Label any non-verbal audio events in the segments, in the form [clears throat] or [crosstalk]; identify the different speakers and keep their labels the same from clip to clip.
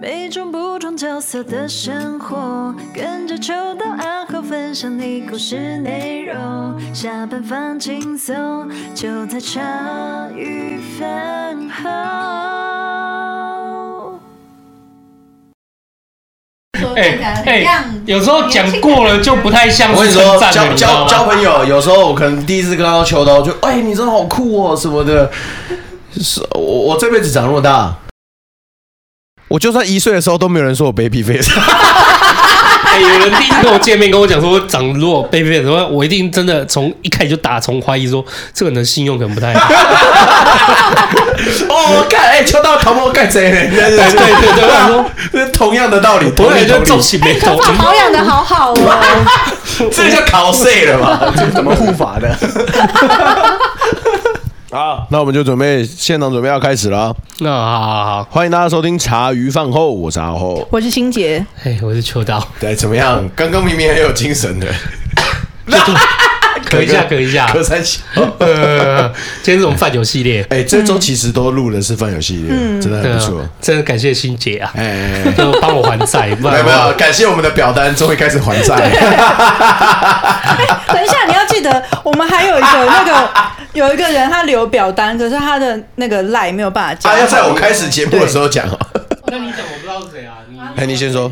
Speaker 1: 每种不同角色的生活，跟着秋到暗号分享你故事内容。下班放轻松，就在茶余饭后。
Speaker 2: 说
Speaker 3: 哎
Speaker 2: 看起来很
Speaker 3: 哎
Speaker 2: 像，
Speaker 3: 有时候讲过了就不太像
Speaker 4: 我跟
Speaker 3: 是
Speaker 4: 你说
Speaker 3: 称，赞了，
Speaker 4: 交
Speaker 3: 你知道
Speaker 4: 交交
Speaker 3: 吗？
Speaker 4: 朋友，有时候我可能第一次看到秋刀，就哎、你真的好酷哦什么的。是我我这辈子长那么大，我就算一岁的时候都没有人说我 baby face，
Speaker 3: 哎，有人第一次跟我见面跟我讲说长如果被骗的话，我一定真的从一开始就打从怀疑说这个人的信用可能不太好。
Speaker 4: 哦，干哎、秋刀扛我干谁呢？
Speaker 3: 对
Speaker 4: 对
Speaker 3: 对对我想说
Speaker 4: 这同样的道理，
Speaker 3: 不
Speaker 4: 同
Speaker 3: 然
Speaker 4: 理
Speaker 3: 就
Speaker 4: 同
Speaker 3: 皱
Speaker 4: 理，
Speaker 3: 起眉头。
Speaker 2: 保养的好好哦，
Speaker 4: 这叫考碎了嘛？这怎么护法的？好，那我们就准备现场准备要开始了啊，
Speaker 3: 那好好好，
Speaker 4: 欢迎大家收听茶余饭后，我是阿后。
Speaker 2: 我是心杰，
Speaker 3: 哎，我是秋刀，
Speaker 4: 对，怎么样？刚刚明明很有精神的，
Speaker 3: 咳一下咳一下。
Speaker 4: 柯三小。
Speaker 3: 呃，今天是我们饭酒系列，
Speaker 4: 哎，这周其实都录的是饭友系列，真的
Speaker 3: 对
Speaker 4: 很不
Speaker 3: 啊
Speaker 4: 错。，
Speaker 3: 真的感谢欣姐啊，
Speaker 4: 哎， [laughs]
Speaker 3: 就帮我还债，不
Speaker 4: 没
Speaker 3: 然
Speaker 4: 有没有，感哎谢我们的表单，终于开始还 [laughs] 债。
Speaker 5: 等一下，你要记得，我们还有一个那个 [laughs] 有一个人他留表单，可是他的那个赖没有办法加。
Speaker 4: 啊，要在我开始节目的时候讲哦。
Speaker 3: 那你讲我不知道是谁啊，你
Speaker 4: [laughs] 哎，你先说。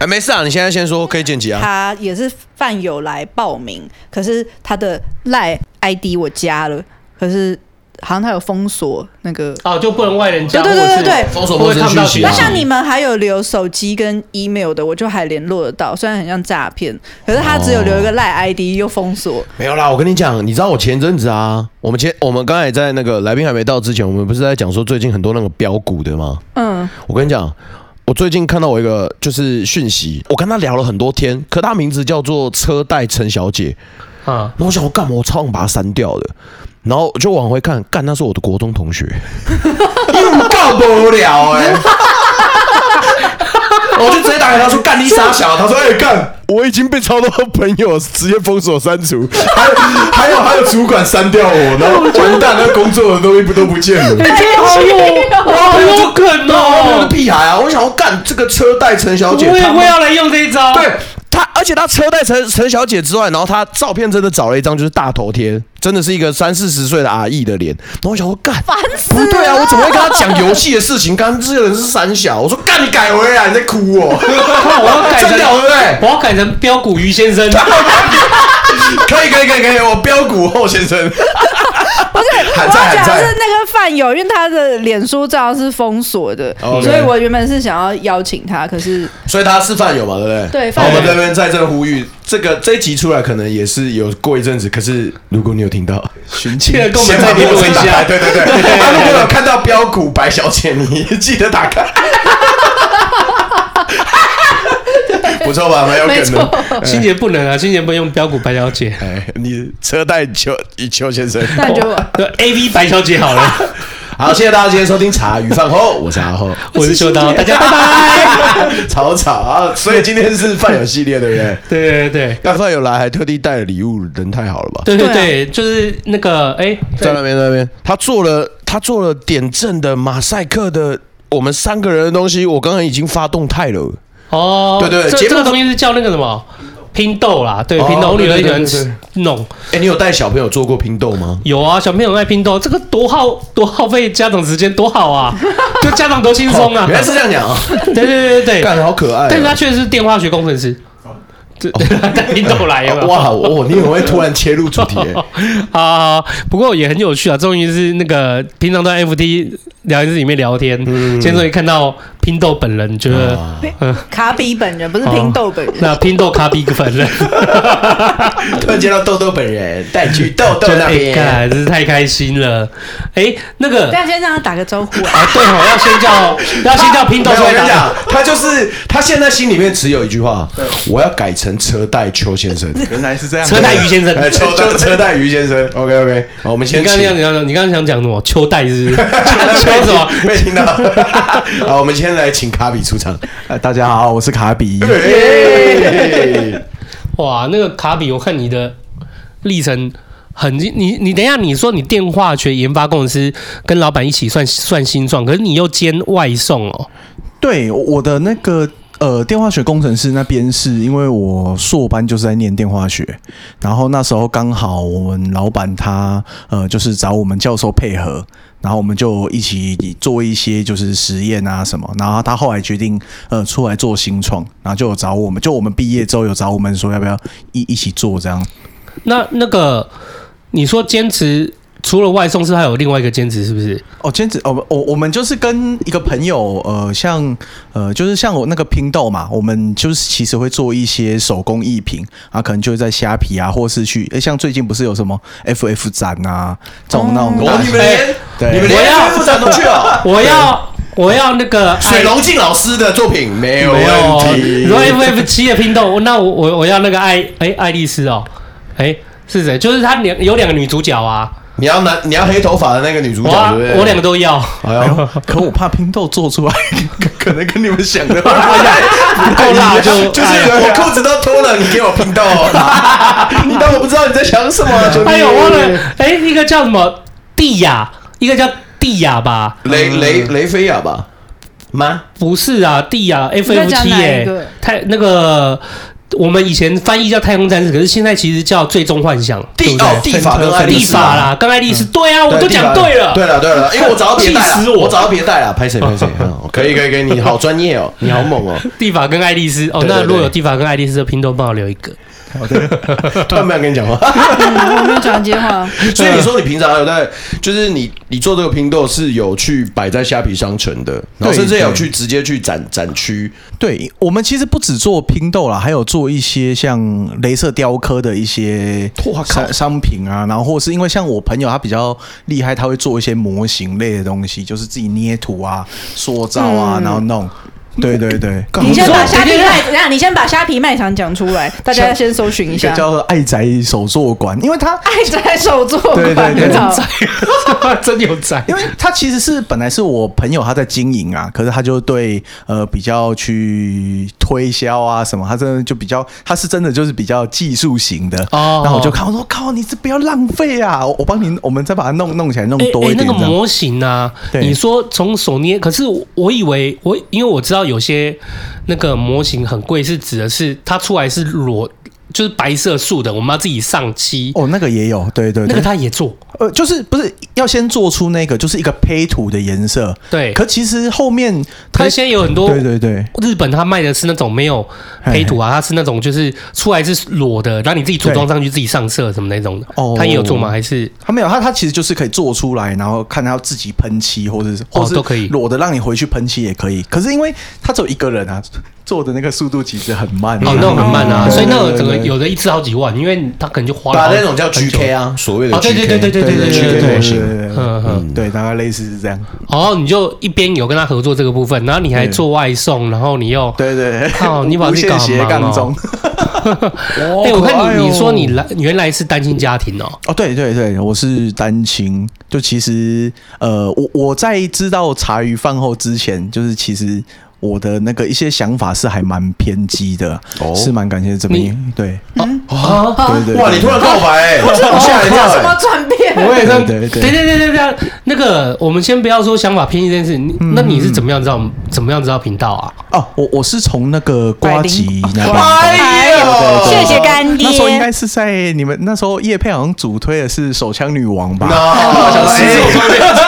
Speaker 4: 哎，没事啊，你现在先说，可以剪辑啊。
Speaker 5: 他也是饭友来报名，可是他的赖 ID 我加了，可是好像他有封锁那个。
Speaker 3: 哦就不能外人加，
Speaker 5: 对对对对对
Speaker 4: 封锁
Speaker 3: 陌
Speaker 4: 陌
Speaker 3: 生
Speaker 4: 生
Speaker 3: 讯
Speaker 4: 讯
Speaker 3: 息
Speaker 4: 息。
Speaker 3: 啊
Speaker 5: 那像你们还有留手机跟 email 的，我就还联络得到，虽然很像诈骗，可是他只有留一个赖 ID 又封锁，
Speaker 4: 没有啦，我跟你讲，你知道我前阵子啊，我们前我们刚才在那个来宾还没到之前，我们不是在讲说最近很多那个标股的吗？
Speaker 5: 嗯，
Speaker 4: 我跟你讲，我最近看到我一个就是讯息，我跟他聊了很多天，可他名字叫做车贷陈小姐，
Speaker 3: 啊，
Speaker 4: 然后我想我干嘛？我超想把他删掉的。然后我就往回看，干那是我的国中同学， [laughs] 又告不了 [laughs] 哎、我就直接打给他说：“干你傻小。”他说：“哎、干，我已经被超多朋友直接封锁删除， [laughs] 还有还有还有主管删掉我，然后完蛋，那工作的东西不都不见了。” [laughs]
Speaker 3: 哎好有好哦有梗
Speaker 4: 然后我那个
Speaker 3: 哦，
Speaker 4: 屁孩啊！我想要干这个车贷陈小
Speaker 3: 我
Speaker 4: 姐，
Speaker 3: 也
Speaker 4: 她
Speaker 3: 我也要来用这一招，
Speaker 4: 对她，而且她车贷陈陈小姐之外，然后她照片真的找了一张就是大头贴，真的是一个三四十岁的阿姨的脸。然后我想说干，
Speaker 2: 烦死
Speaker 4: 不
Speaker 2: 了。
Speaker 4: 对啊，我怎么会跟她讲游戏的事情？刚刚这个人是三小，我说干你改回来，你在哭哦，
Speaker 5: [laughs]
Speaker 3: 我要改
Speaker 4: 删
Speaker 3: 成
Speaker 4: 掉对不对？
Speaker 3: 我要改成标股鱼先 [laughs]
Speaker 4: [laughs]
Speaker 3: 生，
Speaker 4: 可以可以可以可以，我标股后哦先生，
Speaker 5: 不是，
Speaker 4: 喊
Speaker 5: 我
Speaker 4: 在
Speaker 5: 要
Speaker 4: 喊
Speaker 5: 讲的
Speaker 4: 在
Speaker 5: 是那个饭友，因为他的脸书账号是封锁的
Speaker 4: OK
Speaker 5: 所以我原本是想要邀请他，可是
Speaker 4: 所以他是饭友嘛，对不对？
Speaker 5: 对
Speaker 4: 好
Speaker 5: 饭
Speaker 4: 我
Speaker 5: 友
Speaker 4: 们这边在这呼吁，这个这一集出来可能也是有过一阵子，可是如果你有听到，寻亲
Speaker 3: 记得跟我们再联络一下
Speaker 4: 对对对。啊如果有看到标股白小姐，你记得打
Speaker 5: [laughs]
Speaker 4: 开。不错吧？蛮有
Speaker 5: 没
Speaker 4: 梗
Speaker 5: 错，
Speaker 4: 的。
Speaker 3: 欣姐不能啊，欣姐不能用标股白小姐，
Speaker 4: 哎，你车贷邱邱
Speaker 3: [laughs]
Speaker 4: 先生，
Speaker 5: 那就
Speaker 3: 对 A V 白小姐好
Speaker 4: [laughs]
Speaker 3: 了，
Speaker 4: 好，谢谢大家今天收听茶余饭后，我是阿后，
Speaker 3: 我是秋刀，大家拜拜，
Speaker 4: [laughs] 吵吵啊！所以今天是饭友系列，对不对？
Speaker 3: 对对对。
Speaker 4: 要饭友来还特地带了礼物，人太好了吧？
Speaker 3: 对啊对
Speaker 5: 对
Speaker 3: 对，就是那个哎，
Speaker 4: 在那边，在那边，他做了，他做了点阵的马赛克的我们三个人的东西，我刚刚已经发动态了。
Speaker 3: 哦，
Speaker 4: 对对
Speaker 3: 这
Speaker 4: 节目
Speaker 3: 这个东西是叫那个什么拼豆啦，对，
Speaker 4: 哦
Speaker 3: 拼豆，我女儿
Speaker 4: 对
Speaker 3: 喜
Speaker 4: 对对
Speaker 3: 欢
Speaker 4: 对
Speaker 3: 吃弄，
Speaker 4: 哎、你有带小朋友做过拼豆吗？
Speaker 3: 有啊，小朋友很爱拼豆，这个多耗多耗费家长时间，多好
Speaker 4: [laughs]
Speaker 3: 啊，就家长多轻松啊
Speaker 4: 哦，原来是这样讲啊！
Speaker 3: 对对对对对，
Speaker 4: [laughs] 干，好可爱、
Speaker 3: 但是他
Speaker 4: 啊！
Speaker 3: 确实是电化学工程师，对， [laughs] 带拼豆来
Speaker 4: [laughs]
Speaker 3: 有没有？
Speaker 4: 哦哇，我你很会突然切入主题、
Speaker 3: [laughs]
Speaker 4: 欸，
Speaker 3: 啊，不过也很有趣啊，终于是那个平常都在 FT 聊天室里面聊天，
Speaker 4: 嗯
Speaker 3: 今天终于看到拼豆本人，觉得
Speaker 4: 啊
Speaker 5: 卡比本人不是拼豆本人。
Speaker 3: 那拼豆卡比本
Speaker 4: [laughs]
Speaker 3: 人。
Speaker 4: 突然见到豆豆本人，带去豆豆
Speaker 3: 就
Speaker 4: 那
Speaker 3: 哎，
Speaker 4: 边。
Speaker 3: 看真是太开心了。哎，那个
Speaker 5: 大家先让他打个招呼
Speaker 3: [laughs]
Speaker 5: 啊！
Speaker 3: 啊，对哦，要先
Speaker 4: [laughs]
Speaker 3: 叫要先叫拼豆
Speaker 4: 没有
Speaker 3: 出
Speaker 4: 我
Speaker 3: 来
Speaker 4: 跟你
Speaker 3: 打。
Speaker 4: 讲，他就是他现在心里面只有一句话：我要改成车贷邱先生，
Speaker 6: 原来是这
Speaker 3: [laughs]
Speaker 6: 样，
Speaker 3: 车贷于先生，
Speaker 4: 哎，
Speaker 3: 你
Speaker 4: 邱车车贷于先生。OK OK，好，我们先
Speaker 3: 刚刚
Speaker 4: 请
Speaker 3: 想讲，你刚刚想讲什么？秋带是不
Speaker 4: [laughs]
Speaker 3: 是？秋
Speaker 4: 被
Speaker 7: [laughs]
Speaker 3: 什么？
Speaker 4: 被听到。好，我们先来请卡比出场。
Speaker 6: 呃，大家好，我是卡比。
Speaker 4: 对，
Speaker 3: 哇，那个卡比，我看你的历程很，你你等一下，你说你电化学研发公司跟老板一起算算新创，可是你又兼外送哦，
Speaker 6: 对，我的那个呃电话学工程师那边是因为我硕班就是在念电话学，然后那时候刚好我们老板他呃就是找我们教授配合，然后我们就一起做一些就是实验啊什么，然后他后来决定呃出来做新创，然后就有找我们，就我们毕业之后有找我们说要不要一一起做这样。
Speaker 3: 那那个你说坚持除了外送是还有另外一个兼职是不是？
Speaker 6: 哦，兼职哦，我我我们就是跟一个朋友，呃，像呃，就是像我那个拼豆嘛，我们就是其实会做一些手工艺品啊，可能就在虾皮啊，或是去，诶像最近不是有什么 FF 展啊，这种那种大
Speaker 7: 哦，你们连
Speaker 6: 对
Speaker 7: 你们
Speaker 3: 我
Speaker 7: 连
Speaker 3: 要
Speaker 7: 副展都去了。
Speaker 3: 我要我要那个爱
Speaker 7: 水龙镜老师的作品没有
Speaker 3: 没
Speaker 7: 问
Speaker 3: 有，
Speaker 7: 题，
Speaker 3: 如果 FF 七的拼豆，那我我我要那个爱哎爱丽丝哦，哎是谁？就是她两有两个女主角啊，
Speaker 7: 你要拿你要黑头发的那个女主
Speaker 3: 我啊
Speaker 7: 角，对不对？
Speaker 3: 我两个都要。
Speaker 7: 哎
Speaker 6: 哎
Speaker 7: 呦，
Speaker 6: 呦，可我怕拼豆做出来 [laughs] 可能跟你们想的不太
Speaker 3: [laughs] 够辣就
Speaker 7: [laughs] 就是我裤子都脱了，你给我拼到哦，
Speaker 3: [laughs]
Speaker 7: 你当我不知道你在想什么？兄弟
Speaker 3: 哎呦，忘了，哎、一个叫什么蒂亚，一个叫蒂亚吧？
Speaker 7: 雷雷
Speaker 3: 嗯
Speaker 7: 雷菲亚吧？吗？
Speaker 3: 不是啊，蒂亚 F
Speaker 5: 你在
Speaker 3: F
Speaker 5: 讲
Speaker 3: T
Speaker 5: 哪
Speaker 3: 耶
Speaker 5: 一个，
Speaker 3: 太那个。我们以前翻译叫太空战士，可是现在其实叫最终幻想，对
Speaker 7: 地
Speaker 3: 不
Speaker 7: 哦，
Speaker 3: 对？
Speaker 7: 地法跟爱丽
Speaker 3: 地
Speaker 7: 丝啊
Speaker 3: 法
Speaker 7: 嘛
Speaker 3: 啦，跟爱丽丝，对啊，我都讲
Speaker 7: 对
Speaker 3: 对了。
Speaker 7: 对了对了，因为我找到别带
Speaker 3: [laughs] 气死
Speaker 7: 了，
Speaker 3: 我
Speaker 7: 我找到别带了，拍谁拍
Speaker 3: [laughs]
Speaker 7: 谁，嗯可以可以可以，你好专业哦，你好猛哦，
Speaker 3: 地法跟爱丽丝，哦，
Speaker 7: 对对
Speaker 3: 那
Speaker 7: 对
Speaker 3: 如果有地法跟爱丽丝的拼豆，帮我留一
Speaker 7: [laughs]
Speaker 3: 个。
Speaker 7: 突然不想跟你讲
Speaker 3: [laughs]
Speaker 7: 话。
Speaker 5: 嗯我没有讲接话，
Speaker 7: 所以你说你平常有在，就是你你做这个拼豆是有去摆在虾皮商城的，然后
Speaker 6: 对
Speaker 7: 甚至有
Speaker 6: 对
Speaker 7: 去直接去展展区，
Speaker 6: 对我们其实不只做拼豆啦，还有做一些像镭射雕刻的一些
Speaker 7: 哇靠
Speaker 6: 商商品啊，然后或是因为像我朋友他比较厉害，他会做一些模型类的东西，就是自己捏土啊、塑造啊，然后弄。对对对，
Speaker 5: 嗯你先把虾
Speaker 3: 我
Speaker 5: 皮
Speaker 3: 觉得
Speaker 5: 卖，等一下你先把虾皮卖场讲出来，大家先搜寻一
Speaker 6: 一个
Speaker 5: 下。
Speaker 6: 叫做爱宅手作馆，因为他
Speaker 5: 爱在手作馆，
Speaker 6: 对对对
Speaker 5: 好
Speaker 3: 真有在
Speaker 6: 因为他其实是本来是我朋友他在经营啊，可是他就对呃比较去推销啊什么，他真的就比较他是真的就是比较技术型的
Speaker 3: 哦
Speaker 6: 然后我就看我说靠，你这不要浪费啊，我我帮你，我们再把它弄弄起来，弄
Speaker 3: 哎
Speaker 6: 多一
Speaker 3: 那
Speaker 6: 点
Speaker 3: 个
Speaker 6: 这样。
Speaker 3: 模型啊，
Speaker 6: 对
Speaker 3: 你说从手捏，可是我以为我因为我知道有些那个模型很贵，是指的是它出来是裸，就是白色素的，我们要自己上漆，
Speaker 6: 哦，那个也有，对对
Speaker 3: 那
Speaker 6: 对，
Speaker 3: 个他也做，
Speaker 6: 呃，就是不是要先做出那个，就是一个胚土的颜色。
Speaker 3: 对。
Speaker 6: 可其实后面
Speaker 3: 可
Speaker 6: 它
Speaker 3: 是现在有很多
Speaker 6: 对对对，
Speaker 3: 日本他卖的是那种没有胚土啊，它是那种就是出来是裸的，然后你自己涂装上去自己上色什么那种的
Speaker 6: 哦，
Speaker 3: 他也有做吗？还是
Speaker 6: 他没有，他他其实就是可以做出来，然后看他要自己喷漆，或者是
Speaker 3: 哦
Speaker 6: 或是
Speaker 3: 都可以
Speaker 6: 裸的让你回去喷漆也可以。可是因为他只有一个人啊，做的那个速度其实很慢、
Speaker 3: 哦，那种很慢啊，
Speaker 6: 对
Speaker 3: 所以那
Speaker 6: 嗯对
Speaker 3: 个整个
Speaker 6: 对对
Speaker 3: 有的一次好几万，因为他可能就花了
Speaker 7: 把
Speaker 3: 好
Speaker 7: 那种叫
Speaker 3: 哦很久
Speaker 7: GK 啊，所谓的
Speaker 3: 哦对
Speaker 7: GK，
Speaker 3: 对对对对
Speaker 6: 对对
Speaker 3: 对
Speaker 6: 对
Speaker 3: 对
Speaker 6: 对
Speaker 7: 模
Speaker 6: 对
Speaker 7: 型，
Speaker 6: 对对
Speaker 3: 嗯嗯，
Speaker 6: 对，大概类似是这样。
Speaker 3: 哦，你就一边有跟他合作这个部分，然后你还做外送，然后你又
Speaker 6: 对对，对
Speaker 3: 靠你把
Speaker 6: 无
Speaker 3: 这
Speaker 6: 限
Speaker 3: 搞
Speaker 6: 斜
Speaker 3: 忙
Speaker 6: 杠
Speaker 3: 哦
Speaker 6: 中。
Speaker 3: 哎、我看你你说你来原来是单亲家庭哦，
Speaker 6: 哦，对对对，我是单亲。就其实，呃，我我在知道茶余饭后之前，就是其实我的那个一些想法是还蛮偏激的，
Speaker 7: 哦
Speaker 6: 是蛮感谢这边对哦
Speaker 3: 啊，
Speaker 6: 对对，
Speaker 7: 哇，
Speaker 6: 对
Speaker 7: 你突然告白，
Speaker 3: [laughs]
Speaker 7: 哎吓一
Speaker 5: 哦我不知道
Speaker 7: 跳
Speaker 5: 什么
Speaker 7: 哎，
Speaker 5: 转变？
Speaker 3: 我也
Speaker 6: 对对对
Speaker 3: 对对对对对，那个我们先不要说想法偏见这件事，你那你是怎么样知道怎么样知道频道啊？
Speaker 6: 哦，我我是从那个瓜吉那边。
Speaker 7: 哎呦，
Speaker 5: 谢谢干
Speaker 6: 那时候应
Speaker 5: 爹
Speaker 6: 该。是在你们那时候，叶佩好像主推的是《手枪女王》
Speaker 3: [laughs]
Speaker 6: 吧？
Speaker 7: 那小狮子座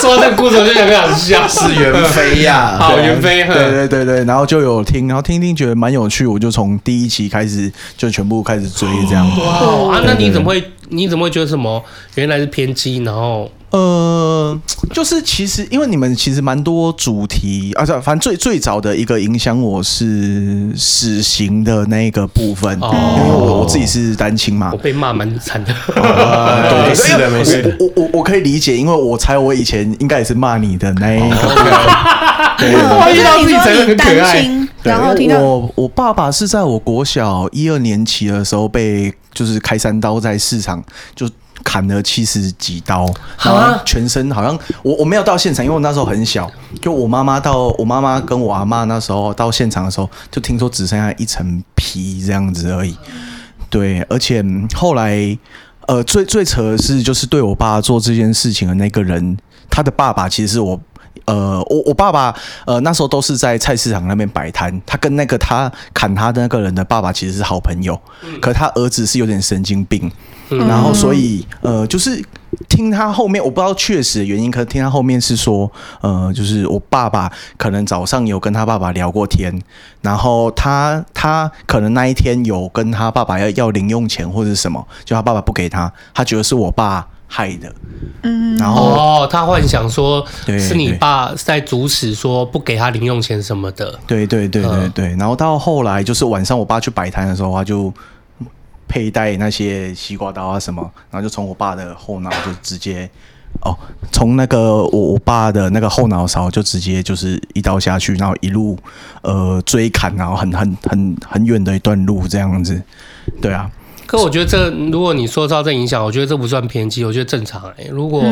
Speaker 3: 说到这个故事我就想想笑，
Speaker 7: 是袁飞呀，
Speaker 3: 好袁飞
Speaker 6: 对
Speaker 3: 呵，
Speaker 6: 对对对，然后就有听，然后听听觉得蛮有趣，我就从第一期开始就全部开始追这样。
Speaker 3: 哦啊，那你怎么会你怎么会觉得什么原来是偏激，然后
Speaker 6: 呃，就是其实因为你们其实蛮多主题，啊，这反正最最早的一个影响我是死刑的那个部分，
Speaker 3: 哦
Speaker 6: 因为我我自己是单亲嘛呃
Speaker 3: 我。被骂蛮惨的，
Speaker 7: 哎
Speaker 6: 对
Speaker 7: 没事的
Speaker 6: 因为
Speaker 7: 没事的
Speaker 6: 我我我我可以理解，因为我猜我以前应该也是骂你的那一个。
Speaker 5: 我
Speaker 3: 遇
Speaker 5: 知
Speaker 3: 到
Speaker 5: 道
Speaker 3: 自
Speaker 5: 嗯你
Speaker 3: 己才
Speaker 5: 说
Speaker 3: 很
Speaker 5: 你
Speaker 3: 可爱
Speaker 5: 单亲，
Speaker 6: 对
Speaker 5: 然后听到
Speaker 6: 我我爸爸是在我国小一二年级的时候被就是开山刀在市场就砍了七十几刀，然后全身好像我我没有到现场，因为我那时候很小，就我妈妈到我妈妈跟我阿妈那时候到现场的时候，就听说只剩下一层皮这样子而已。对，而且嗯后来，呃，最最扯的是，就是对我爸做这件事情的那个人，他的爸爸其实是我呃，我我爸爸呃那时候都是在菜市场那边摆摊，他跟那个他砍他的那个人的爸爸其实是好朋友，可他儿子是有点神经病，然后所以呃就是听他后面我不知道确实的原因，可是听他后面是说呃就是我爸爸可能早上有跟他爸爸聊过天，然后他他可能那一天有跟他爸爸要要零用钱或者是什么，就他爸爸不给他，他觉得是我爸害的，嗯，然后。
Speaker 3: 哦，他幻想说
Speaker 6: 对
Speaker 3: 是你爸在阻止说不给他零用钱什么的，
Speaker 6: 对对对对
Speaker 3: 嗯
Speaker 6: 对，然后到后来就是晚上我爸去摆摊的时候，他就佩戴那些西瓜刀啊什么，然后就从我爸的后脑就直接哦，从那个我我爸的那个后脑勺就直接就是一刀下去，然后一路呃追砍，然后很很很很远的一段路这样子，对啊，
Speaker 3: 可我觉得这，如果你说到这影响，我觉得这不算偏激，我觉得正常、欸。如果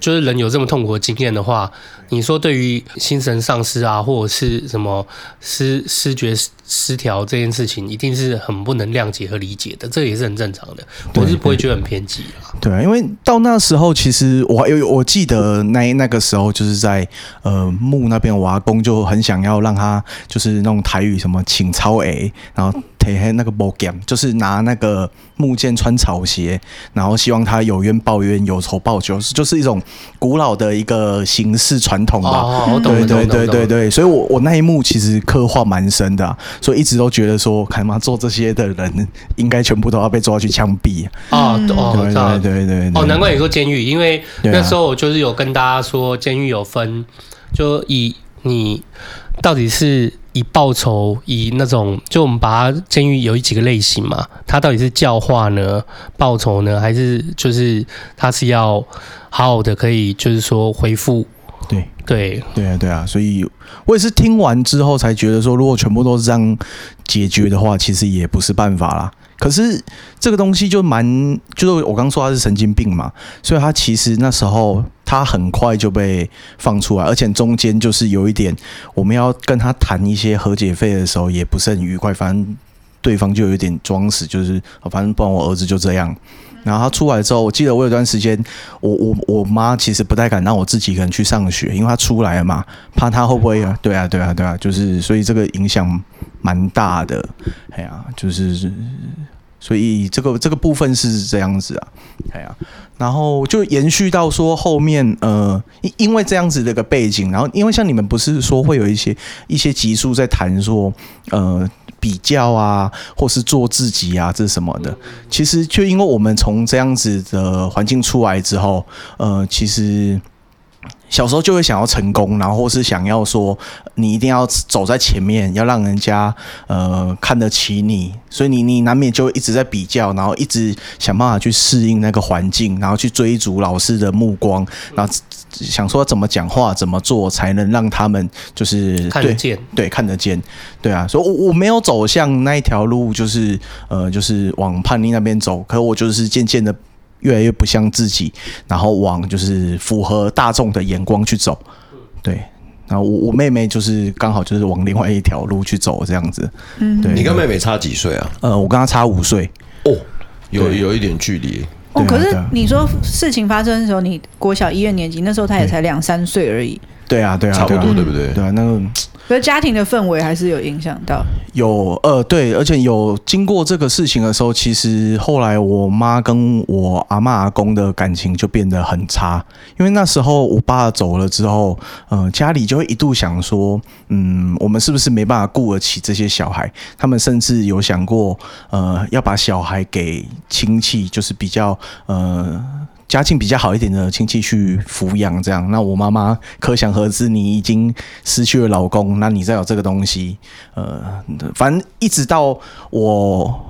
Speaker 3: 就是人有这么痛苦的经验的话，你说对于精神丧失啊，或者是什么失失觉失调这件事情，一定是很不能谅解和理解的，这也是很正常的。
Speaker 6: 对
Speaker 3: 我是不会觉得很偏激啊。
Speaker 6: 对啊，因为到那时候，其实我还有我记得那那个时候，就是在呃木那边，我阿公就很想要让他就是那种台语什么请超 A，然后贴黑那个 b o g a m 就是拿那个木剑穿草鞋，然后希望他有冤报冤，有仇报仇，就是一种古老的一个形式传统吧。
Speaker 3: 哦，我懂
Speaker 6: 对
Speaker 3: 了，懂
Speaker 6: 对
Speaker 3: 了，
Speaker 6: 嗯对
Speaker 3: 懂
Speaker 6: 对
Speaker 3: 了。
Speaker 6: 对，所以我我那一幕其实刻画蛮深的、啊，所以一直都觉得说，看妈做这些的人应该全部都要被抓去枪毙啊。
Speaker 3: 哦，哦，
Speaker 6: 对
Speaker 3: 知道
Speaker 6: 对对对对
Speaker 3: 哦，难怪你说监狱，因为
Speaker 6: 嗯对啊
Speaker 3: 那时候我就是有跟大家说，监狱有分，就以你到底是以报酬，以那种就我们把它监狱有几个类型嘛，它到底是教化呢，报酬呢，还是就是它是要好好的可以就是说回复
Speaker 6: 对。
Speaker 3: 对
Speaker 6: 对啊，对啊，所以我也是听完之后才觉得说，如果全部都是这样解决的话，其实也不是办法啦。可是这个东西就蛮，就是我刚说他是神经病嘛，所以他其实那时候他很快就被放出来，而且中间就是有一点，我们要跟他谈一些和解费的时候也不是很愉快，反正对方就有一点装死，就是哦反正不然我儿子就这样。然后他出来之后，我记得我有段时间，我我我妈其实不太敢让我自己一个人去上学，因为她出来了嘛，怕她会不会啊？对啊，对啊，对啊，就是所以这个影响蛮大的，哎呀、就是所以这个这个部分是这样子啊，哎呀、然后就延续到说后面呃，因因为这样子的一个背景，然后因为像你们不是说会有一些一些集数在谈说呃比较啊，或是做自己啊，这是什么的，其实就因为我们从这样子的环境出来之后，呃，其实小时候就会想要成功，然后或是想要说你一定要走在前面，要让人家呃看得起你，所以你你难免就一直在比较，然后一直想办法去适应那个环境，然后去追逐老师的目光，然后想说怎么讲话、怎么做才能让他们就是
Speaker 3: 看
Speaker 6: 对
Speaker 3: 得见，
Speaker 6: 对，看得见，对啊，所以我我没有走向那一条路，就是呃，就是往叛逆那边走，可我就是渐渐的越来越不像自己，然后往就是符合大众的眼光去走，对，然后我我妹妹就是刚好就是往另外一条路去走这样子，嗯，对，
Speaker 7: 你跟妹妹差几岁啊？
Speaker 6: 呃，我跟她差五岁，
Speaker 7: 哦，有有一点距离。
Speaker 5: 哦，可
Speaker 6: 对啊
Speaker 5: 是
Speaker 6: 对啊
Speaker 5: 你说事情发生的时候，你国小一二年级那时候他也才两三岁而已，
Speaker 6: 对啊，对啊，
Speaker 7: 差不
Speaker 6: 啊
Speaker 7: 多对不对
Speaker 6: 对啊，那个。
Speaker 5: 可是家庭的氛围还是有影响到。
Speaker 6: 有呃对，而且有经过这个事情的时候，其实后来我妈跟我阿嬷阿公的感情就变得很差，因为那时候我爸走了之后，呃，家里就会一度想说，嗯，我们是不是没办法顾得起这些小孩？他们甚至有想过，呃，要把小孩给亲戚，就是比较呃。家境比较好一点的亲戚去抚养，这样，那我妈妈可想而知，你已经失去了老公，那你再有这个东西，呃，反正一直到我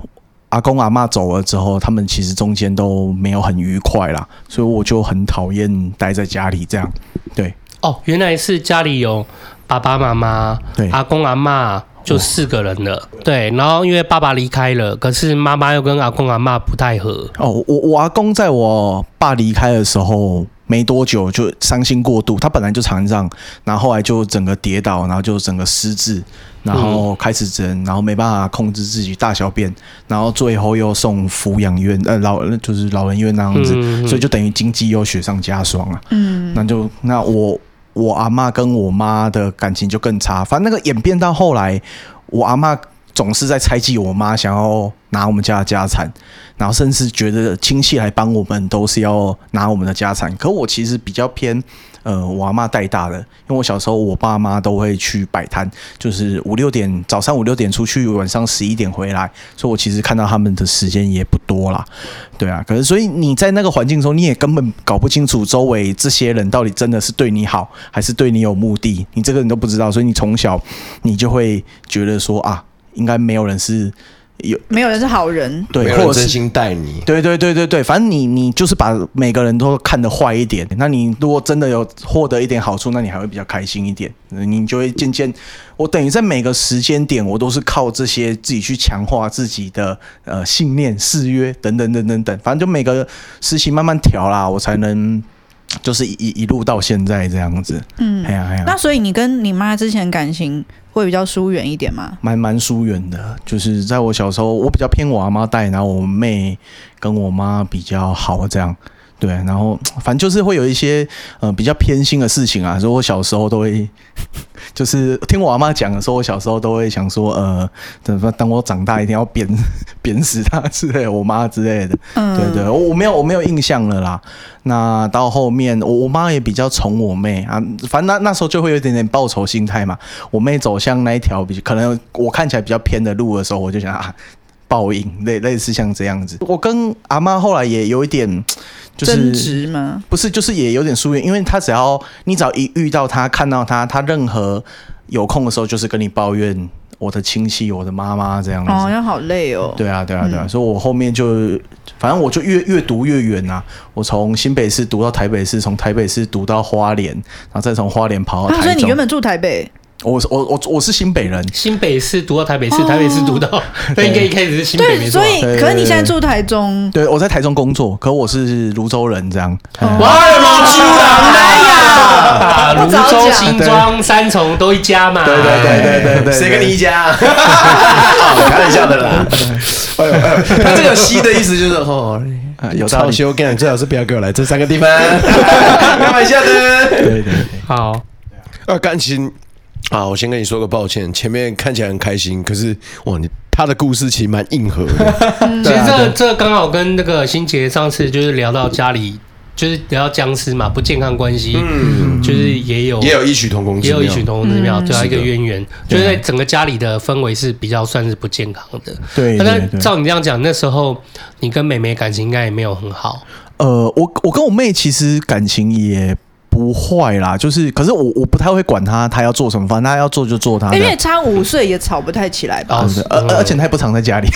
Speaker 6: 阿公阿嬷走了之后，他们其实中间都没有很愉快啦，所以我就很讨厌待在家里这样。对
Speaker 3: 哦，原来是家里有爸爸妈妈、
Speaker 6: 对
Speaker 3: 阿公阿妈，就四个人了。对，然后因为爸爸离开了，可是妈妈又跟阿公阿妈不太合。
Speaker 6: 哦，我我阿公在我爸离开的时候没多久就伤心过度，他本来就残障，然后后来就整个跌倒，然后就整个失智，然后开始整，然后没办法控制自己大小便，然后最后又送抚养院，呃老就是老人院那样子，
Speaker 3: 嗯嗯嗯
Speaker 6: 所以就等于经济又雪上加霜啊。
Speaker 5: 嗯，
Speaker 6: 那就那我。我阿嬷跟我妈的感情就更差。反正那个演变到后来，我阿嬷总是在猜忌我妈，想要拿我们家的家产，然后甚至觉得亲戚来帮我们都是要拿我们的家产。可我其实比较偏。呃，我阿妈带大的，因为我小时候我爸妈都会去摆摊，就是五六点早上五六点出去，晚上十一点回来，所以我其实看到他们的时间也不多啦。对啊，可是所以你在那个环境中，你也根本搞不清楚周围这些人到底真的是对你好，还是对你有目的，你这个人都不知道，所以你从小你就会觉得说啊，应该没有人是有
Speaker 5: 没有人是好人，
Speaker 7: 没
Speaker 6: 对，
Speaker 7: 有
Speaker 6: 或
Speaker 7: 人
Speaker 6: 者
Speaker 7: 真
Speaker 6: 是
Speaker 7: 心待你。
Speaker 6: 对对对对对，反正你你就是把每个人都看得坏一点，那你如果真的有获得一点好处，那你还会比较开心一点，你就会渐渐，我等于在每个时间点，我都是靠这些自己去强化自己的呃信念、誓约等等等等等，反正就每个事情慢慢调啦，我才能就是一一一路到现在这样子，
Speaker 5: 嗯
Speaker 6: 哎。呀哎
Speaker 5: 那
Speaker 6: 呀，
Speaker 5: 所以你跟你妈之前感情会比较疏远一点吗？
Speaker 6: 蛮蛮疏远的，就是在我小时候，我比较偏我阿妈带，然后我妹跟我妈比较好这样。对，然后反正就是会有一些呃比较偏心的事情啊，所以我小时候都会， [laughs] 就是听我阿妈讲的时候，我小时候都会想说，呃，等等我长大一定要 [laughs] 扁扁死她之类的，我妈之类的。
Speaker 5: 嗯，
Speaker 6: 对对，我我没有我没有印象了啦。那到后面，我我妈也比较宠我妹啊，反正那那时候就会有一点点报仇心态嘛。我妹走向那一条比可能我看起来比较偏的路的时候，我就想啊，报应类类似像这样子。我跟阿妈后来也有一点，就是
Speaker 5: 争执吗？
Speaker 6: 不是，就是也有点疏远，因为他只要你只要一遇到他，看到他，他任何有空的时候就是跟你抱怨我的亲戚、我的妈妈这样子。
Speaker 5: 哦，要好累哦。
Speaker 6: 对啊，对啊，对啊，所以我后面就，反正我就越越读越远啊。我从新北市读到台北市，从台北市读到花莲，然后再从花莲跑到
Speaker 5: 啊，所
Speaker 6: 哦台
Speaker 5: 以你
Speaker 6: 中。
Speaker 5: 原本住台北，
Speaker 6: 我是我我我是新北人，
Speaker 3: 新北市读到台北市，台北市读到，那应该一开始是新北没错
Speaker 5: 所
Speaker 3: 吧。
Speaker 5: 以
Speaker 6: 对对
Speaker 5: 可是你现在住台中，
Speaker 6: 对我在台中工作，可我是泸州人这样。
Speaker 5: 哦
Speaker 6: 嗯
Speaker 3: 哇，老朱啊，哎呀，泸
Speaker 5: 不早
Speaker 3: 州、
Speaker 5: 讲
Speaker 3: 新庄、三重都一家嘛。对
Speaker 6: 对对对对对，
Speaker 7: 谁跟你一家、啊？哦开玩笑的啦。哎呦哎呦，他这个“西”的意思就是哦，
Speaker 6: 啊有道
Speaker 7: 超
Speaker 6: 理。
Speaker 7: 修，我跟你讲，最好是不要给我来这三个地方，开玩笑的。
Speaker 6: 对对对，
Speaker 3: 好，
Speaker 7: 啊，感情啊，我先跟你说个抱歉，前面看起来很开心，可是哇，你他的故事其实蛮硬核的，
Speaker 3: 其实这这刚好跟那个欣杰上次就是聊到家里，就是聊到僵尸嘛，不健康关系，嗯，就是也有
Speaker 7: 也有异曲同工之
Speaker 3: 也
Speaker 7: 妙，
Speaker 3: 有异曲同工之妙，对啊，
Speaker 7: 是
Speaker 3: 一
Speaker 7: 的
Speaker 3: 个渊源，就是在整个家里的氛围是比较算是不健康的。
Speaker 6: 对对
Speaker 3: 那
Speaker 6: 对
Speaker 3: 照你这样讲，那时候你跟妹妹感情应该也没有很好，
Speaker 6: 呃，我我跟我妹其实感情也不坏啦，就是可是我我不太会管她，她要做什么，反正她要做就做她的。
Speaker 5: 因为差五岁也吵不太起来吧？
Speaker 3: 哦
Speaker 6: 对对呃而而而且她也不常在家里。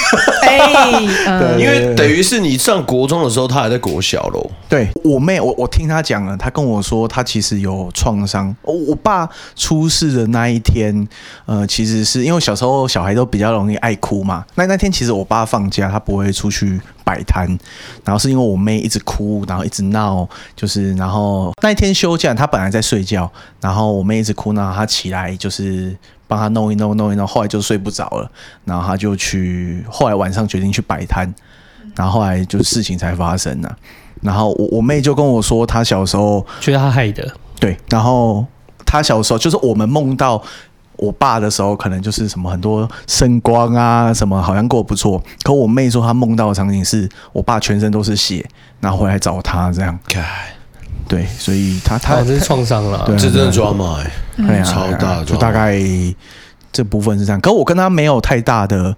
Speaker 5: 哎，
Speaker 6: [laughs] 对
Speaker 5: 嗯
Speaker 7: 因为等于是你上国中的时候，他还在国小喽。
Speaker 6: 对我妹，我我听她讲了，她跟我说她其实有创伤。我我爸出事的那一天，呃，其实是因为小时候小孩都比较容易爱哭嘛。那那天其实我爸放假，他不会出去摆摊，然后是因为我妹一直哭，然后一直闹，就是然后那一天休假，她本来在睡觉，然后我妹一直哭闹，她起来就是帮她弄一弄弄一弄，后来就睡不着了，然后她就去，后来晚上决定去摆摊，然后后来就事情才发生了、啊然后我我妹就跟我说，她小时候
Speaker 3: 觉得她害的。
Speaker 6: 对，然后她小时候就是我们梦到我爸的时候，可能就是什么很多圣光啊，什么好像过得不错。可我妹说她梦到的场景是我爸全身都是血，然后回来找她这样。对，所以她她、
Speaker 3: 哦，这是创伤了。
Speaker 6: 对啊
Speaker 7: 这真的抓马
Speaker 4: 欸
Speaker 7: 哎、
Speaker 3: 嗯
Speaker 6: 哎呀
Speaker 7: 超大的哦
Speaker 6: 就大概这部分是这样。可我跟他没有太大的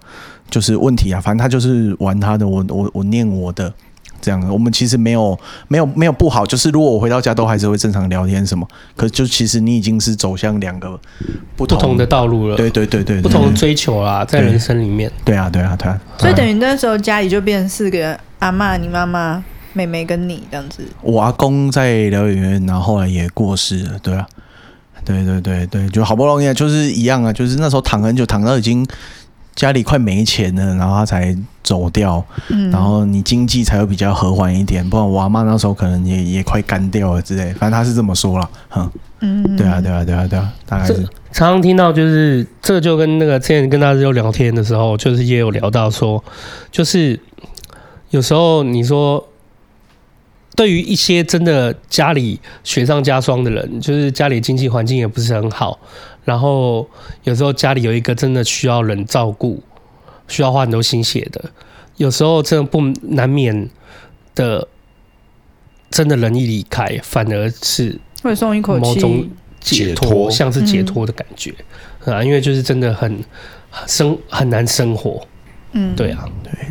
Speaker 6: 就是问题啊，反正他就是玩他的，我我我念我的。这样，我们其实没有没有没有不好，就是如果我回到家都还是会正常聊天什么，可就其实你已经是走向两个不
Speaker 3: 不
Speaker 6: 同
Speaker 3: 同的道路了，
Speaker 6: 对嗯对对对对
Speaker 3: 不同的追求啦，在人生里面，
Speaker 6: 对啊对啊对啊，
Speaker 5: 所以等于那时候家里就变成四个人：阿嬷、你妈妈、妹妹跟你这样子。
Speaker 6: 我阿公在疗养院，然后后来也过世了，对啊，对对对对，就好不容易啊，就是一样啊，就是那时候躺很久，躺到已经家里快没钱了，然后他才走掉，
Speaker 5: 嗯
Speaker 6: 然后你经济才会比较和缓一点，不然我阿妈那时候可能也也快干掉了之类，反正他是这么说了，嗯，
Speaker 5: 嗯，
Speaker 6: 对啊对啊对啊对啊，大概
Speaker 3: 这
Speaker 6: 是
Speaker 3: 常常听到就是这个就跟那个之前跟大家聊天的时候，就是也有聊到说，就是有时候你说对于一些真的家里雪上加霜的人，就是家里经济环境也不是很好，然后有时候家里有一个真的需要人照顾，需要花很多心血的，有时候真的不难免的，真的人一离开，反而是
Speaker 5: 会松一口
Speaker 3: 某种
Speaker 5: 气。嗯
Speaker 3: 解
Speaker 7: 解脱
Speaker 3: 像是解脱的感觉、啊，因为就是真的很生很难生活，
Speaker 5: 嗯，
Speaker 3: 对啊，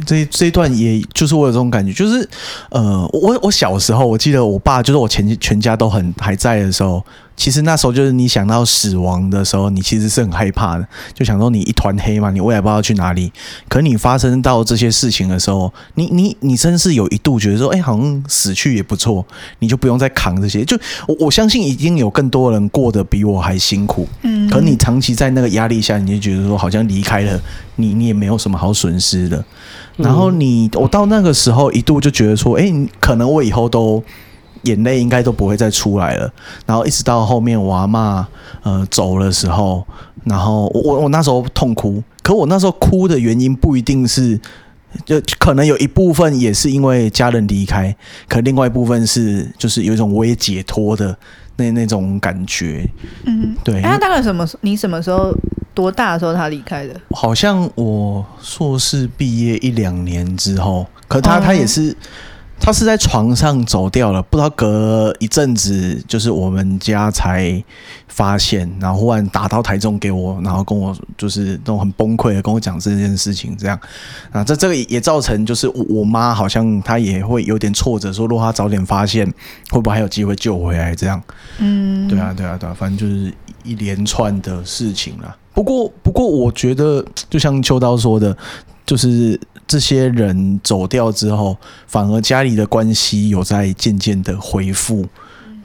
Speaker 6: 这这一段也就是我有这种感觉，就是呃，我我小时候我记得我爸就是我全全家都很还在的时候，其实那时候就是你想到死亡的时候，你其实是很害怕的，就想说你一团黑嘛，你未来不知道去哪里。可你发生到这些事情的时候，你你你真是有一度觉得说，哎、好像死去也不错，你就不用再扛这些。就我我相信一定有更多人过得比我还辛苦，
Speaker 5: 嗯
Speaker 6: 可你长期在那个压力下，你就觉得说好像离开了你，你也没有什么好损失的。
Speaker 5: 嗯
Speaker 6: 然后你，我到那个时候一度就觉得说，哎、你可能我以后都眼泪应该都不会再出来了。然后一直到后面我阿妈呃走的时候，然后我我我那时候痛哭，可我那时候哭的原因不一定是。就可能有一部分也是因为家人离开，可另外一部分是就是有一种我也解脱的那那种感觉，
Speaker 5: 嗯，
Speaker 6: 对
Speaker 5: 哎，他大概什么时？你什么时候？多大的时候他离开的？
Speaker 6: 好像我硕士毕业一两年之后，可他、
Speaker 5: 哦
Speaker 6: 他也是，他是在床上走掉了，不知道隔一阵子，就是我们家才发现，然后忽然打到台中给我，然后跟我就是那种很崩溃的跟我讲这件事情，这样啊，这这个也造成就是我我妈好像她也会有点挫折，说如果她早点发现，会不会还有机会救回来这样。
Speaker 5: 嗯，
Speaker 6: 对啊，对啊，对啊，反正就是一连串的事情啦。不过，不过，我觉得就像秋刀说的，就是这些人走掉之后，反而家里的关系有在渐渐的恢复。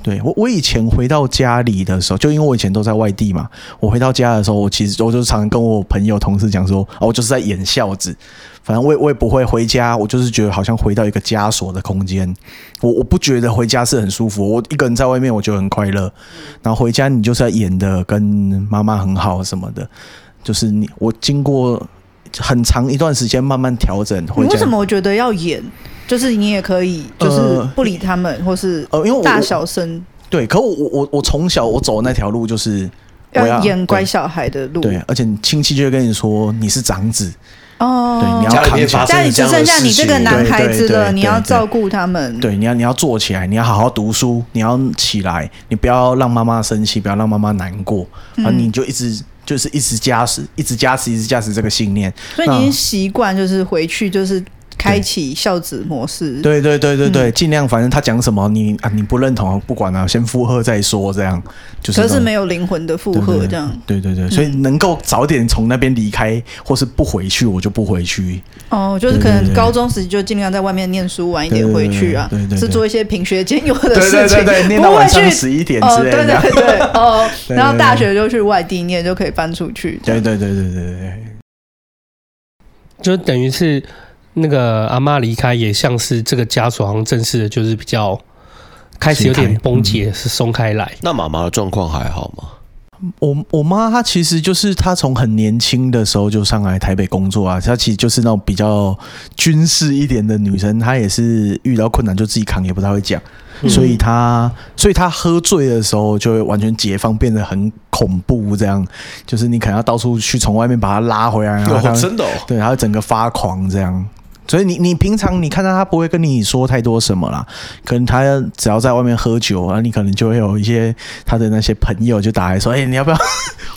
Speaker 6: 对我，我以前回到家里的时候，就因为我以前都在外地嘛，我回到家的时候，我其实我就常跟我朋友、同事讲说，哦，我就是在演孝子，反正我也我也不会回家，我就是觉得好像回到一个枷锁的空间，我我不觉得回家是很舒服，我一个人在外面我觉得很快乐，然后回家你就是要演的跟妈妈很好什么的，就是你我经过很长一段时间慢慢调整回
Speaker 5: 你
Speaker 6: 家
Speaker 5: 为什。么我觉得要演？就是你也可以，就是
Speaker 6: 呃
Speaker 5: 不理他们，或是
Speaker 6: 呃，因为我
Speaker 5: 大小声，
Speaker 6: 对，可我我我我从小我走的那条路就是我
Speaker 5: 要演乖
Speaker 6: 对
Speaker 5: 小孩的路。
Speaker 6: 对，而且你亲戚就会跟你说你是长子，
Speaker 5: 哦，
Speaker 6: 对，你要
Speaker 7: 家里
Speaker 6: 扛
Speaker 7: 面
Speaker 6: 起来
Speaker 7: 发生
Speaker 5: 家里只剩下你这个男孩子
Speaker 6: 对对
Speaker 5: 了，
Speaker 6: 对
Speaker 5: 你要照顾他们。
Speaker 6: 对，你要你要做起来，你要好好读书，你要起来，你不要让妈妈生气，不要让妈妈难过，啊、
Speaker 5: 嗯
Speaker 6: 你就一直就是一直加持，一直加持，一直加持这个信念。
Speaker 5: 所以你已经习惯，就是回去就是开启孝子模式。，
Speaker 6: 对对对对对，尽、量反正他讲什么你啊你不认同不管了、先附和再说，这样就是
Speaker 5: 可是
Speaker 6: 这种
Speaker 5: 没有灵魂的附和这样。
Speaker 6: 对对对，所以能够早点从那边离开或是不回去，我就不回去。
Speaker 5: 哦，就是可能高中时就尽量在外面念书，晚一点回去啊
Speaker 6: 对对对，对
Speaker 5: 是做一些品学兼优的
Speaker 6: 对对
Speaker 5: 事情，
Speaker 6: 对对，念到
Speaker 5: 不会
Speaker 6: 晚上
Speaker 5: 去
Speaker 6: 十一点
Speaker 5: 哦，
Speaker 6: 之类
Speaker 5: 对
Speaker 6: 的。
Speaker 5: 对对，
Speaker 6: [laughs]
Speaker 5: 哦，
Speaker 6: 对对对
Speaker 5: 然后大学就去外地念，就可以搬出去。这
Speaker 6: 对
Speaker 5: 样
Speaker 6: 对对对对对
Speaker 3: 就等于是那个阿妈离开，也像是这个枷锁好像正式的，就是比较开始有点
Speaker 4: 嗯
Speaker 3: 崩解，是松开来。
Speaker 4: 那妈妈的状况还好吗？
Speaker 6: 我我妈她其实就是她从很年轻的时候就上来台北工作啊，她其实就是那种比较军事一点的女生，她也是遇到困难就自己扛，也不太会讲，
Speaker 4: 嗯
Speaker 6: 所以她所以她喝醉的时候就会完全解放，变得很恐怖，这样就是你可能要到处去从外面把她拉回来，然后啊她
Speaker 4: 哦，真的哦，
Speaker 6: 对，然后整个发狂这样。所以你你平常你看到他不会跟你说太多什么啦，可能他只要在外面喝酒啊，你可能就会有一些他的那些朋友就打来说，哎、你要不要？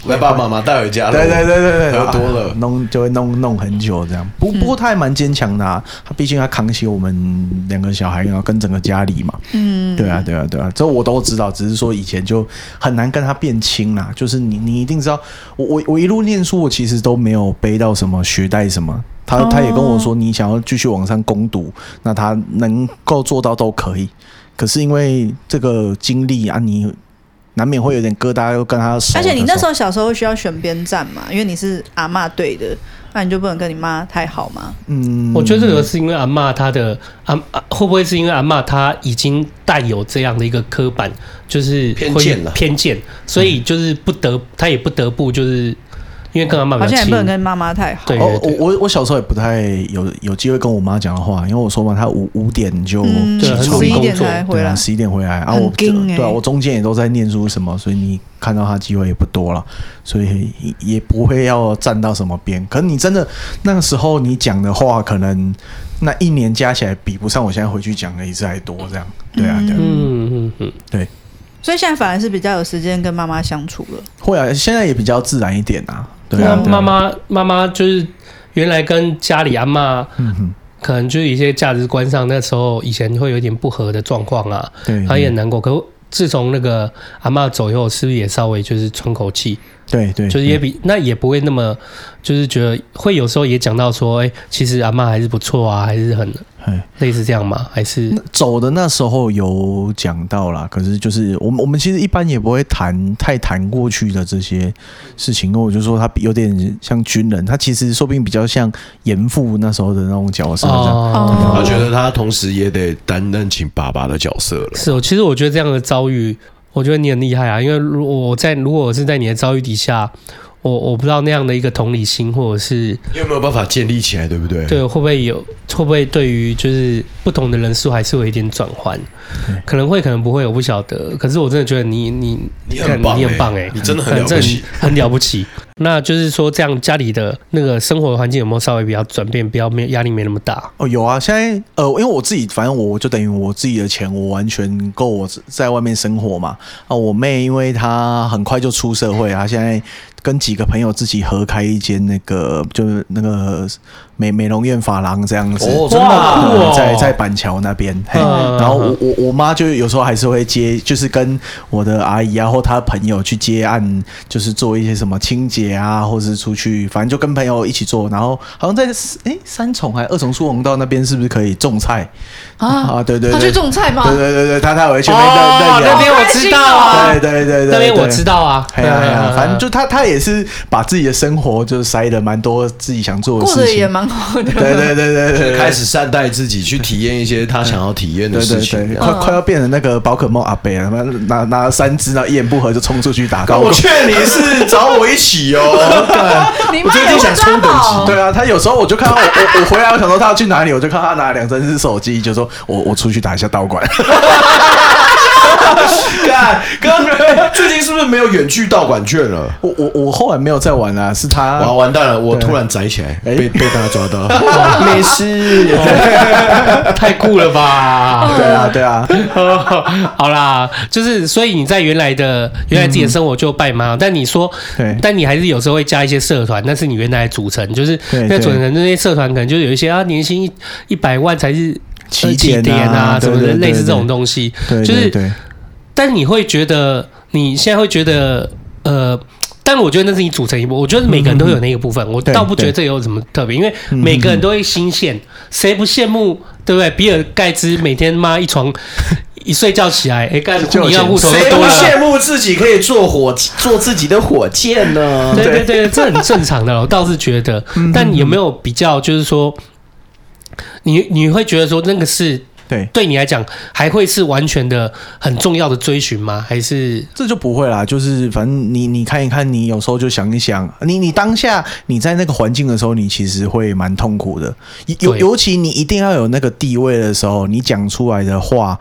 Speaker 4: 来把妈妈带回家了。
Speaker 6: 对对对对对，
Speaker 4: 喝多了
Speaker 6: 啊弄就会弄弄很久这样。不
Speaker 5: 嗯
Speaker 6: 不过他还蛮坚强的、啊，他毕竟他扛起我们两个小孩，然后跟整个家里嘛。
Speaker 5: 嗯，
Speaker 6: 对啊，对啊，对啊，这我都知道，只是说以前就很难跟他变亲啦。就是你，你一定知道，我我我一路念书，我其实都没有背到什么学贷什么。他
Speaker 5: 哦
Speaker 6: 他也跟我说，你想要继续往上攻读，那他能够做到都可以。可是因为这个经历啊，你难免会有点疙瘩，又跟他熟的
Speaker 5: 而且你那时
Speaker 6: 时候
Speaker 5: 候小时候需要选边站嘛，因为你是阿嬷队的，那你就不能跟你妈太好嘛。
Speaker 6: 嗯，
Speaker 3: 我觉得这个是因为阿嬷她的阿、啊会不会是因为阿嬷她已经带有这样的一个刻板，就是会
Speaker 4: 偏见了
Speaker 3: 偏见，所以就是不得她也不得不就是因为跟阿妈
Speaker 5: 好
Speaker 3: 比较
Speaker 5: 像也
Speaker 3: 亲
Speaker 5: 不。能跟妈妈太好。
Speaker 3: 对
Speaker 6: 哦
Speaker 3: 对，对，
Speaker 6: 我我我小时候也不太有有机会跟我妈讲的话，因为我说嘛，她五五点就
Speaker 5: 嗯
Speaker 6: 起
Speaker 3: 对很
Speaker 6: 床，
Speaker 3: 努
Speaker 5: 十
Speaker 3: 力
Speaker 5: 一点
Speaker 3: 工作
Speaker 5: 才回
Speaker 6: 对
Speaker 5: 来
Speaker 6: 啊，，十一点回来啊，
Speaker 5: 很
Speaker 6: 我就
Speaker 5: 硬欸
Speaker 6: 对啊，我中间也都在念书什么，所以你看到他机会也不多了，所以也也不会要站到什么边。可是你真的那个时候你讲的话，可能那一年加起来比不上我现在回去讲的一次还多，这样对啊，对啊
Speaker 3: 嗯嗯嗯，
Speaker 6: 对，
Speaker 5: 所以现在反而是比较有时间跟妈妈相处了。
Speaker 6: 会啊，现在也比较自然一点啊，对啊，
Speaker 3: 那
Speaker 6: 对
Speaker 3: 妈，
Speaker 6: 啊
Speaker 3: 妈妈妈就是原来跟家里阿妈
Speaker 6: 嗯哼，
Speaker 3: 可能就是一些价值观上，那时候以前会有点不合的状况啊，
Speaker 6: 对，
Speaker 3: 她也很难过。可自从那个阿嬷走以后，是不是也稍微就是喘口气，
Speaker 6: 对对，
Speaker 3: 就是也比那也不会那么，就是觉得会有时候也讲到说，哎、其实阿嬷还是不错啊，还是很
Speaker 6: 哎。
Speaker 3: 类似这样嘛，还是
Speaker 6: 那走的那时候有讲到啦，可是就是我们我们其实一般也不会谈太谈过去的这些事情，因为我就说他有点像军人，他其实说不定比较像严父那时候的那种角色这样。
Speaker 3: 哦
Speaker 4: 他觉得他同时也得担任起爸爸的角色了。
Speaker 3: 是哦，其实我觉得这样的遭遇，我觉得你很厉害啊，因为如果我在如果我是在你的遭遇底下，我我不知道那样的一个同理心，或者是
Speaker 4: 你有没有办法建立起来，对不对？
Speaker 3: 对会不会有会不会对于就是不同的人数还是会有一点转换，可能会可能不会，我不晓得。可是我真的觉得你你
Speaker 4: 你很棒
Speaker 3: 干你很
Speaker 4: 欸
Speaker 3: 棒哎、
Speaker 4: 你真的很了不起，
Speaker 3: 很很了不起。 [laughs] 那就是说，这样家里的那个生活环境有没有稍微比较转变，比较没压力没那么大？
Speaker 6: 哦，有啊，现在呃，因为我自己，反正我我就等于我自己的钱，我完全够我在外面生活嘛。啊，我妹因为她很快就出社会，她现在跟几个朋友自己合开一间那个就是那个美美容院发廊这样子，
Speaker 4: 哦真的好酷哦
Speaker 6: 嗯在在板桥那边。嘿
Speaker 3: 嗯
Speaker 6: 哎然后我我我妈就有时候还是会接，就是跟我的阿姨啊或她朋友去接案，就是做一些什么清洁啊，或者是出去，反正就跟朋友一起做。然后好像在诶三重还二重苏红道那边是不是可以种菜？
Speaker 2: 啊，
Speaker 6: 啊，对对
Speaker 2: 他
Speaker 6: 对，
Speaker 2: 去种菜吗？
Speaker 6: 对对对对，他他有去那
Speaker 3: 哦
Speaker 6: 边认
Speaker 3: 那边
Speaker 6: 认
Speaker 3: 我知道啊
Speaker 6: 养，对，对对对，
Speaker 3: 那边我
Speaker 6: 对
Speaker 3: 知。道啊，
Speaker 6: 哎呀哎
Speaker 3: 嗯嗯
Speaker 6: 呀
Speaker 3: 嗯，
Speaker 6: 反正就他他也是把自己的生活就塞了蛮多自己想做的
Speaker 2: 过
Speaker 6: 事
Speaker 2: 得也
Speaker 6: 情，
Speaker 2: 蛮好的。
Speaker 6: 对对对对对
Speaker 4: 就是
Speaker 6: 对，
Speaker 4: 开始善待自己，去体验一些他想要体验的
Speaker 6: 对
Speaker 4: 事
Speaker 6: 对
Speaker 4: 情。
Speaker 6: 对，快
Speaker 3: 嗯
Speaker 6: 快要变成那个宝可梦阿贝了，他妈拿拿三只，然后一言不合就冲出去打高 [laughs]
Speaker 4: 我
Speaker 6: 空。
Speaker 4: 劝你是找我一起哦，
Speaker 2: 你
Speaker 4: 我
Speaker 2: 妈
Speaker 4: 最
Speaker 2: 也
Speaker 4: 近
Speaker 2: 会
Speaker 4: 想
Speaker 2: 抓
Speaker 4: 冲等
Speaker 2: 宝
Speaker 4: 级，
Speaker 6: 对啊，他有时候我就看到我我我回来，我想说他要去哪里，我就看他拿两三只手机，就说我我出去打一下道馆。 [laughs]
Speaker 4: 看，刚最近是不是没有远距道馆券了？
Speaker 6: 我我我后来没有再玩了，是他
Speaker 4: 哇，完蛋了！我突然宅起来，
Speaker 6: 哎
Speaker 4: 被被大家抓
Speaker 6: [laughs]
Speaker 4: 到，没事。
Speaker 3: 太酷了 [laughs] 吧！
Speaker 6: 对啊对啊，
Speaker 3: [laughs] 好啦，就是所以你在原来的原来自己的生活就拜妈，但你说
Speaker 6: 嗯对，
Speaker 3: 但你还是有时候会加一些社团，那是你原来的组成，就是
Speaker 6: 对
Speaker 3: 那
Speaker 6: 对
Speaker 3: 组成那些社团可能就有一些啊，年薪一百万才是
Speaker 6: 起
Speaker 3: 呃几点
Speaker 6: 点啊
Speaker 3: 啊什
Speaker 6: 对
Speaker 3: 么的，
Speaker 6: 对对
Speaker 3: 类似这种
Speaker 6: 对
Speaker 3: 东西。
Speaker 6: 对
Speaker 3: 就是
Speaker 6: 对对
Speaker 3: 但你会觉得，你现在会觉得，呃，但我觉得那是你组成一部，我觉得每个人都有那个部分，我
Speaker 6: 对
Speaker 3: 倒不觉得这有什么特别，因为
Speaker 6: 嗯
Speaker 3: 每个人都会新鲜，谁不羡慕，对不对？比尔盖茨每天妈一床一睡觉起 [laughs] 来，哎，干
Speaker 6: 就有
Speaker 3: 一样
Speaker 6: 钱
Speaker 3: 户头都多了。
Speaker 4: 慕自己可以做火做自己的火箭呢？
Speaker 3: 对对嗯对，这很正常的，我 [laughs] 倒是觉得。但有没有比较，就是说，你你会觉得说那个是
Speaker 6: 对，
Speaker 3: 对你来讲还会是完全的很重要的追寻吗？还是
Speaker 6: 这就不会啦，就是反正你你看一看，你有时候就想一想，你你当下你在那个环境的时候，你其实会蛮痛苦的，尤
Speaker 3: 对
Speaker 6: 尤其你一定要有那个地位的时候，你讲出来的话，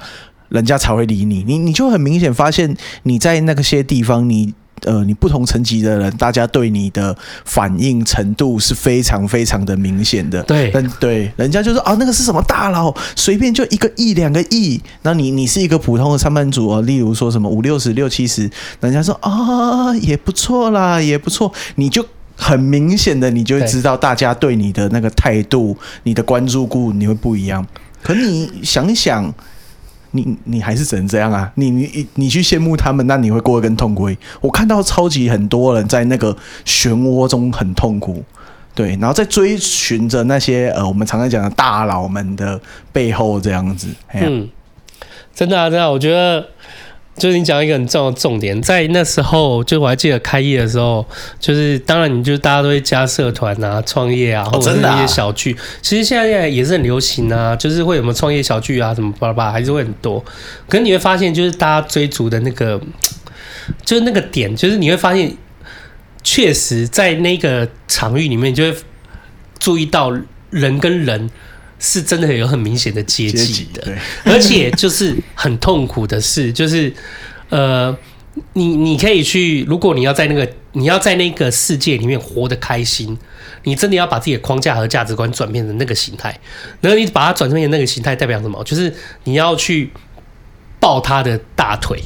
Speaker 6: 人家才会理你。你你就很明显发现你在那个些地方，你呃你不同层级的人，大家对你的反应程度是非常非常的明显的。
Speaker 3: 对
Speaker 6: 人对人家就说啊，那个是什么大佬，随便就一个亿两个亿，那你你是一个普通的上班族哦，例如说什么五六十六七十，人家说啊也不错啦，也不错，你就。很明显的，你就会
Speaker 3: 对
Speaker 6: 知道大家对你的那个态度、你的关注度，你会不一样。可你想一想，你你还是只能这样啊！你你你你去羡慕他们，那你会过得更痛苦。我看到超级很多人在那个漩涡中很痛苦，对，然后在追寻着那些呃我们常常讲的大佬们的背后这样子。哎呀、
Speaker 3: 嗯，真的啊，真的啊、我觉得就是你讲一个很重要的重点，在那时候，就我还记得开业的时候，就是当然你就大家都会加社团啊、创业啊，或者是
Speaker 4: 真的
Speaker 3: 一
Speaker 4: 啊
Speaker 3: 些小聚。其实现在也是很流行啊，就是会有什么创业小聚啊，什么巴拉巴拉，还是会很多。可是你会发现，就是大家追逐的那个，就是那个点，就是你会发现。确实在那个场域里面，你就会注意到人跟人是真的有很明显的阶
Speaker 6: 阶
Speaker 3: 级
Speaker 6: 级
Speaker 3: 的，
Speaker 6: 对，
Speaker 3: [laughs] 而且就是很痛苦的事，就是呃，你你可以去，如果你要在那个你要在那个世界里面活得开心，你真的要把自己的框架和价值观转变成那个形态，然后你把它转成那个形态，代表什么？就是你要去抱他的大腿，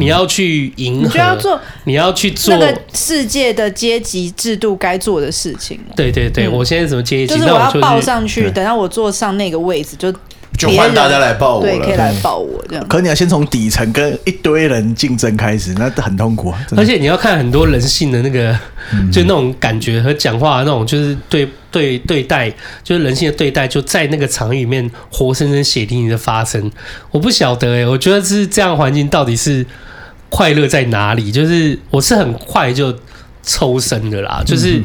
Speaker 3: 你要去迎
Speaker 5: [laughs] 你
Speaker 3: 合，
Speaker 5: 就要做
Speaker 3: 你要去做
Speaker 5: 那。个世界的阶级制度该做的事情了。
Speaker 3: 对对对，我现在怎么接
Speaker 5: 嗯就
Speaker 3: 近？
Speaker 5: 是
Speaker 3: 那
Speaker 5: 我要
Speaker 3: 就
Speaker 5: 报上去，
Speaker 6: 对
Speaker 5: 等到我坐上那个位置，就
Speaker 4: 就
Speaker 5: 别
Speaker 4: 换
Speaker 5: 人
Speaker 4: 大家来抱我
Speaker 5: 对，可以
Speaker 4: 了。
Speaker 5: 来抱我这样。
Speaker 6: 可你要先从底层跟一堆人竞争开始，那很痛苦啊。真的嗯
Speaker 3: 而且你要看很多人性的那个，就那种感觉和讲话的那种，就是对对对待，就是人性的对待，就在那个场域里面活生生血淋淋的发生。我不晓得哎、我觉得是这样的环境到底是快乐在哪里？就是我是很快就抽身的啦，
Speaker 6: 嗯
Speaker 3: 就是。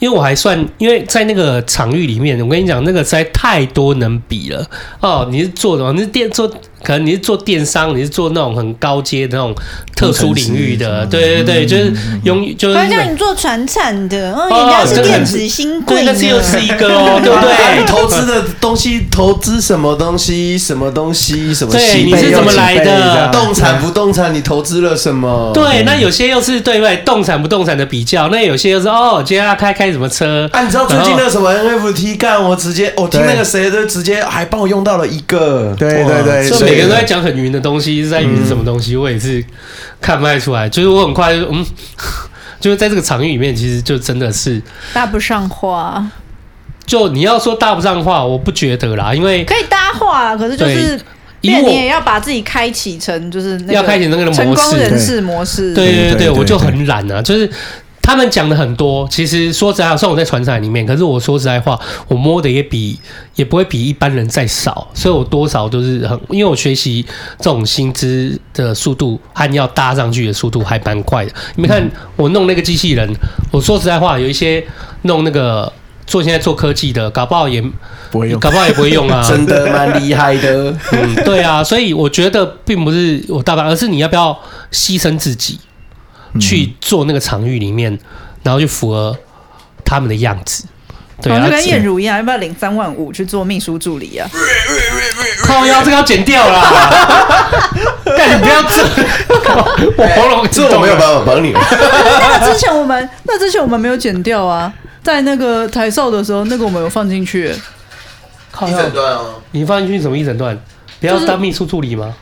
Speaker 3: 因为我还算，因为在那个场域里面，我跟你讲，那个实在太多能比了哦。你是做什么？你是电做，可能你是做电商，你是做那种很高阶的那种特殊领域的，对对对，就是拥就是
Speaker 5: 他
Speaker 3: 那
Speaker 5: 叫
Speaker 3: 种。
Speaker 5: 你做传产的，嗯，
Speaker 3: 哦
Speaker 5: 人家是
Speaker 3: 这个
Speaker 5: 电
Speaker 3: 很
Speaker 5: 子新
Speaker 3: 对，
Speaker 5: 贵呢
Speaker 3: 那，是又是一个哦，对不
Speaker 4: 啊
Speaker 3: 对
Speaker 4: 你？投资的东西，投资什么东西，什么东西，什么
Speaker 3: 对，
Speaker 4: 西？
Speaker 3: 你是怎么
Speaker 6: 几
Speaker 3: 来
Speaker 6: 倍这
Speaker 3: 的
Speaker 6: 样？
Speaker 4: 动产不动产，你投资了什么？
Speaker 3: 对，那有些又是对外动产不动产的比较，那有些又是哦，今天要开开什么车？
Speaker 4: 啊，你知道最近那个什么 NFT 干，我直接哦我听那个谁都直接还帮我用到了一个，
Speaker 6: 对
Speaker 4: 哇
Speaker 6: 对对
Speaker 3: 所以
Speaker 6: 所以
Speaker 3: 每个人都在讲很云的东西，是在云是什么东西，我也是看不太出来。就是我很快就嗯， [laughs] 就是在这个场域里面，其实就真的是，
Speaker 5: [laughs] 搭不上话，
Speaker 3: 就你要说搭不上话，我不觉得啦，因为
Speaker 5: 可以搭话，可是就是
Speaker 3: 以
Speaker 5: 变你也
Speaker 3: 我。
Speaker 5: 要把自己开启成就是那个
Speaker 3: 要开启那个模式
Speaker 5: 成功人士模式，
Speaker 3: 对对对
Speaker 6: 对对
Speaker 3: 我就
Speaker 6: 对
Speaker 3: 很懒啊，就是。他们讲的很多，其实说实在话，虽然我在船厂里面，可是我说实在话，我摸的也比也不会比一般人再少，所以我多少都是很，因为我学习这种薪资的速度和要搭上去的速度还蛮快的。你们看，我弄那个机器人，我说实在话，有一些弄那个做现在做科技的，搞不好也
Speaker 6: 不会用。
Speaker 3: 搞不好也不会
Speaker 6: [laughs]
Speaker 3: 用啊，
Speaker 4: 真的蛮厉
Speaker 3: [laughs]
Speaker 4: 害的。
Speaker 3: 嗯，对啊，所以我觉得并不是我大白，而是你要不要牺牲自己去做那个场域里面，然后去符合他们的样子。对
Speaker 5: 然
Speaker 3: 啊
Speaker 5: 后，哦就跟燕如一样，要不要领三万五去做秘书助理
Speaker 3: [laughs]
Speaker 5: 啊？
Speaker 3: 靠腰这个要剪掉啦！
Speaker 5: [laughs]
Speaker 3: 但你不要这， [laughs] 我喉咙
Speaker 4: 这我没有办法帮你们。
Speaker 5: 那个之前我们，那之前我们没有剪掉啊，在那个台少的时候，那个我们有放进去，
Speaker 3: 靠腰，
Speaker 4: 段哦，
Speaker 3: 你放进去什么一整段？不要
Speaker 5: 就是
Speaker 3: 当秘书助理吗？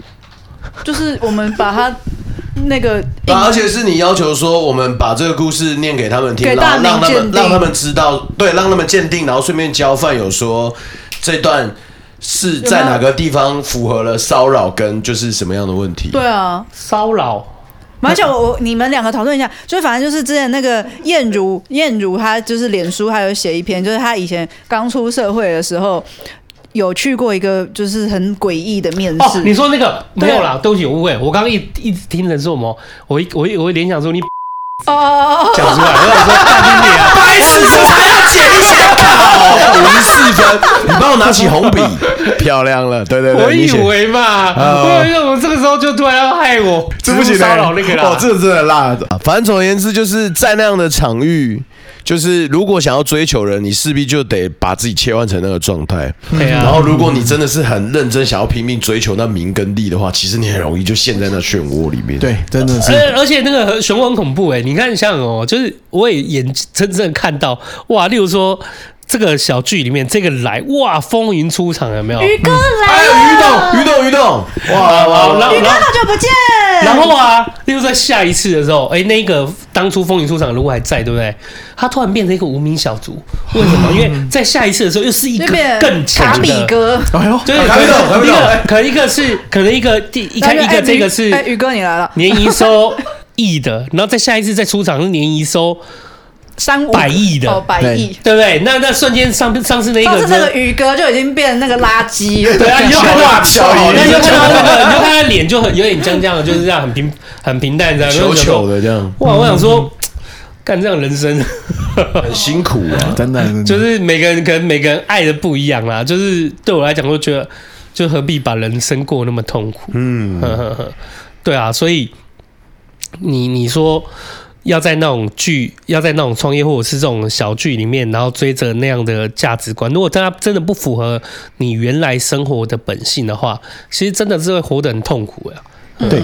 Speaker 5: 就是我们把它那个
Speaker 4: 啊，而且是你要求说，我们把这个故事念给他们听，
Speaker 5: 给
Speaker 4: 然
Speaker 5: 大
Speaker 4: 后
Speaker 5: 明
Speaker 4: 让他
Speaker 5: 鉴
Speaker 4: 们
Speaker 5: 定
Speaker 4: 让他们知道，对，让他们鉴定，然后顺便交饭友说这段是在
Speaker 5: 有没有
Speaker 4: 哪个地方符合了骚扰跟就是什么样的问题。
Speaker 5: 对啊，
Speaker 3: 骚扰
Speaker 5: 而且我我你们两个讨论一下，就反正就是之前那个燕如，燕如她就是脸书还有写一篇，就是她以前刚出社会的时候有去过一个就是很诡异的面
Speaker 3: 哦
Speaker 5: 试，，
Speaker 3: 你说那个
Speaker 5: 对啊
Speaker 3: 没有啦，对不起，我误会。我刚刚一一直听人说什么，我一我一我一联想说你
Speaker 5: 哦哦哦，
Speaker 3: 讲出来，我想说干你啊！
Speaker 4: 白痴，这才要剪一下靠， [laughs] 五十四分，你帮我拿起红笔， [laughs] 漂亮了，对对对，
Speaker 3: 我
Speaker 4: 你
Speaker 3: 以
Speaker 4: 写
Speaker 3: 为嘛，我以为我这个时候就突然要害我，
Speaker 4: 这不行、欸，
Speaker 3: 骚扰那个啦。
Speaker 4: 哦，这个真的辣的。反正总而言之，就是在那样的场域，就是如果想要追求人，你势必就得把自己切换成那个状态。
Speaker 3: 对啊
Speaker 4: 然后，如果你真的是很认真想要拼命追求那名跟利的话，其实你很容易就陷在那漩涡里面。
Speaker 6: 对，真的是
Speaker 3: 而而且那个漩涡很恐怖哎、你看像哦，就是我也眼真正看到哇，例如说这个小剧里面这个来哇风云出场有没有？
Speaker 5: 宇哥
Speaker 4: 哎
Speaker 5: 来
Speaker 4: 呦，
Speaker 5: 了，
Speaker 4: 鱼洞，鱼洞，鱼洞，哇哇
Speaker 3: 然
Speaker 4: 哇！
Speaker 3: 后
Speaker 5: 宇哥
Speaker 3: 然后
Speaker 5: 好久啊不见，
Speaker 3: 然后啊，例如在下一次的时候，哎、那个当初风云出场如果还在，对不对？他突然变成一个无名小卒，为什么？因为在下一次的时候又是一个
Speaker 5: 就变
Speaker 3: 更强
Speaker 5: 卡
Speaker 3: 的
Speaker 5: 比哥，
Speaker 6: 哎呦，
Speaker 3: 对，
Speaker 4: 还没到还
Speaker 3: 可能
Speaker 4: 没
Speaker 3: 一
Speaker 4: 到
Speaker 3: 个可能一个是可能一个第一看
Speaker 5: 然
Speaker 3: 一
Speaker 5: 后就
Speaker 3: 个
Speaker 5: 哎
Speaker 3: 这个
Speaker 5: 宇
Speaker 3: 是
Speaker 5: 哎宇哥你来
Speaker 3: [laughs]
Speaker 5: 了，
Speaker 3: 年营收亿的，然后再下一次再出场是年营收，
Speaker 5: 三五
Speaker 3: 百亿的
Speaker 5: 哦百亿，
Speaker 3: 对不对？那那瞬间上上次那
Speaker 5: 上
Speaker 3: 个
Speaker 5: 次那个宇哥就已经变那个垃圾了，
Speaker 3: 对啊，你就看到
Speaker 4: 小鱼
Speaker 3: 那你就看到 [laughs] 那个，你就看他脸就很有点僵僵的，就是这样很平很平淡这样。
Speaker 4: 球球
Speaker 3: 的，
Speaker 4: 的这样，
Speaker 3: 哇！我想说，干这样人生，
Speaker 4: 很辛苦啊。
Speaker 6: 真的真的
Speaker 3: 就是每个人可能每个人爱的不一样啦。就是对我来讲，我觉得就何必把人生过那么痛苦？
Speaker 4: 嗯，
Speaker 3: 呵呵呵，对啊，所以你你说要在那种剧，要在那种创业或者是这种小剧里面，然后追着那样的价值观。如果他真的不符合你原来生活的本性的话，其实真的是会活得很痛苦呀、
Speaker 6: 对。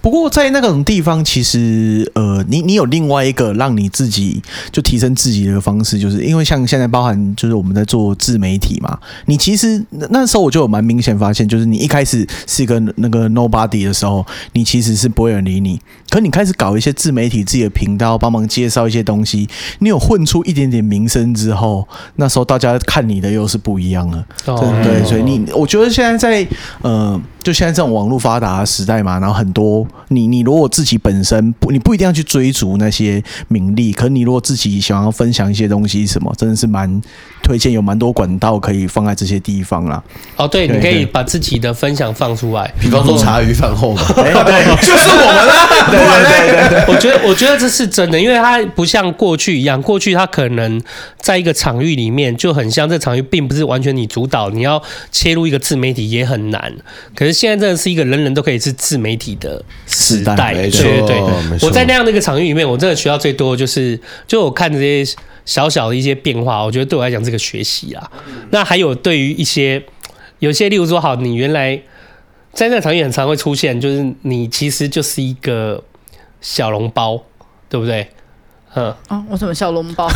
Speaker 6: 不过在那种地方，其实呃，你你有另外一个让你自己就提升自己的方式，就是因为像现在包含就是我们在做自媒体嘛，你其实那那时候我就有蛮明显发现，就是你一开始是一个那个 nobody 的时候，你其实是不会有人理你，可你开始搞一些自媒体自己的频道，帮忙介绍一些东西，你有混出一点点名声之后，那时候大家看你的又是不一样了。
Speaker 3: 哦
Speaker 6: 对对，所以你我觉得现在在呃，就现在这种网络发达的时代嘛，然后很多你你如果自己本身不你不一定要去追逐那些名利，可你如果自己想要分享一些东西什么，真的是蛮推荐有蛮多管道可以放在这些地方啦。
Speaker 3: 哦，对，
Speaker 6: 对
Speaker 3: 你可以
Speaker 6: 对
Speaker 3: 把自己的分享放出来。
Speaker 4: 比方说茶余饭 [laughs] 后嘛，
Speaker 6: 哎， [laughs] 对，
Speaker 4: 就是我们啦。对对对
Speaker 3: [laughs] 我觉得，我觉得这是真的，因为它不像过去一样，过去它可能在一个场域里面就很像，这场域并不是完全你主导，你要切入一个自媒体也很难。可是现在真的是一个人人都可以是自媒体的时
Speaker 6: 时代
Speaker 3: 代，
Speaker 4: 没
Speaker 3: 对哦
Speaker 4: 错
Speaker 3: 对对
Speaker 4: 没。错
Speaker 3: 我在那样的一个场域里面，我真的学到最多的就是，就我看这些小小的一些变化，我觉得对我来讲是个学习啊。那还有对于一些有些，例如说，好，你原来在那个场域很常会出现，就是你其实就是一个小笼包，对不对？嗯，哦，
Speaker 2: 啊，我怎么小笼包？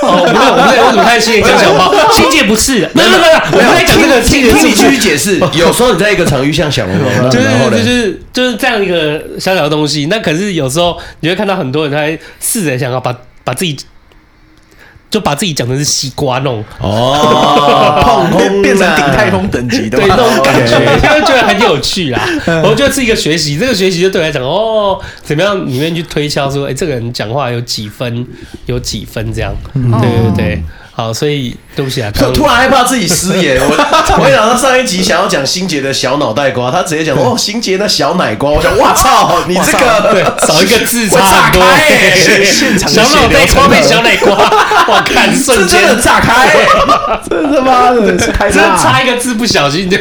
Speaker 3: 不对，我们在我怎么开始心里讲小笼 [laughs] 包？心界不是，没有没有没有，我
Speaker 4: 没有
Speaker 3: 们在讲这个心
Speaker 4: 听
Speaker 3: 界
Speaker 4: 听
Speaker 3: 是
Speaker 4: 你继续解释。有时候你在一个场域像小笼包，
Speaker 3: 就是
Speaker 4: 然后
Speaker 3: 就
Speaker 4: 嘞
Speaker 3: 是就是这样一个小小的东西。那可是有时候你会看到很多人他在试着想要把把自己就把自己讲成是西瓜那种，
Speaker 4: 哦，
Speaker 6: 碰
Speaker 4: 空
Speaker 6: 空变成
Speaker 4: 啦
Speaker 6: 顶泰丰等级的
Speaker 3: 对嗯
Speaker 6: 嘛
Speaker 3: 那，种感觉，就会觉得很有趣啦。我觉得是一个学习，这个学习就对我来讲，哦，怎么样里面去推敲说，哎、这个人讲话有几分，有几分这样，对对对。好，所以对不起啊，
Speaker 4: 我
Speaker 3: 刚
Speaker 4: 突然害怕自己失言，我我跟你讲，他上一集想要讲心杰的小脑袋瓜，他直接讲哦，心杰的小奶瓜，我想哇操，你这
Speaker 3: 对
Speaker 4: 个
Speaker 3: [laughs] 少一个字
Speaker 4: 会
Speaker 3: 差很多，
Speaker 4: 炸开
Speaker 3: [laughs]
Speaker 4: 欸
Speaker 3: 小脑袋瓜变小奶瓜， [laughs] 我看瞬
Speaker 4: 这
Speaker 3: 间
Speaker 4: 真的炸开、欸，真的妈的，是开
Speaker 3: 真的差一个字不小心就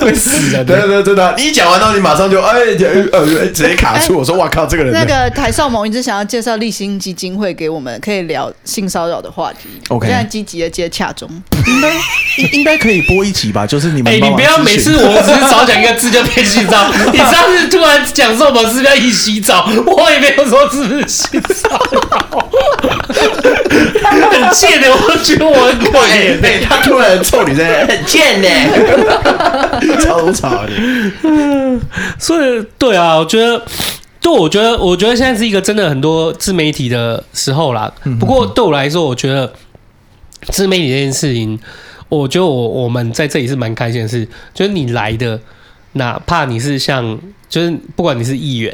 Speaker 3: 会死人
Speaker 4: 对
Speaker 3: 的。
Speaker 4: 对对真的、你一讲完，然后你马上就哎呃呃直接卡住，我说哇靠，这个人
Speaker 5: 那个台少某一直想要介绍立新基金会给我们，可以聊性骚扰的话题。
Speaker 6: OK
Speaker 5: 现在积极的接洽中。
Speaker 6: 应该应应该可以播一集吧？就是你们
Speaker 3: 哎、你
Speaker 6: 帮忙
Speaker 3: 不要
Speaker 6: 咨询
Speaker 3: 每次我只是少讲一个字就变洗
Speaker 6: [laughs]
Speaker 3: 澡，你上次突然讲说我们是不是要一起洗澡，我也没有说是不是洗澡， [laughs] 很贱的，我觉得我很可
Speaker 4: 哎
Speaker 3: 怜的、
Speaker 4: 哎他突然臭你在很贱呢、超吵的，
Speaker 3: 所以对啊，我觉得。对，我觉得，我觉得现在是一个真的很多自媒体的时候啦。不过对我来说，我觉得自媒体这件事情，我觉得我我们在这里是蛮开心的事，就是你来的，哪怕你是像，就是不管你是议员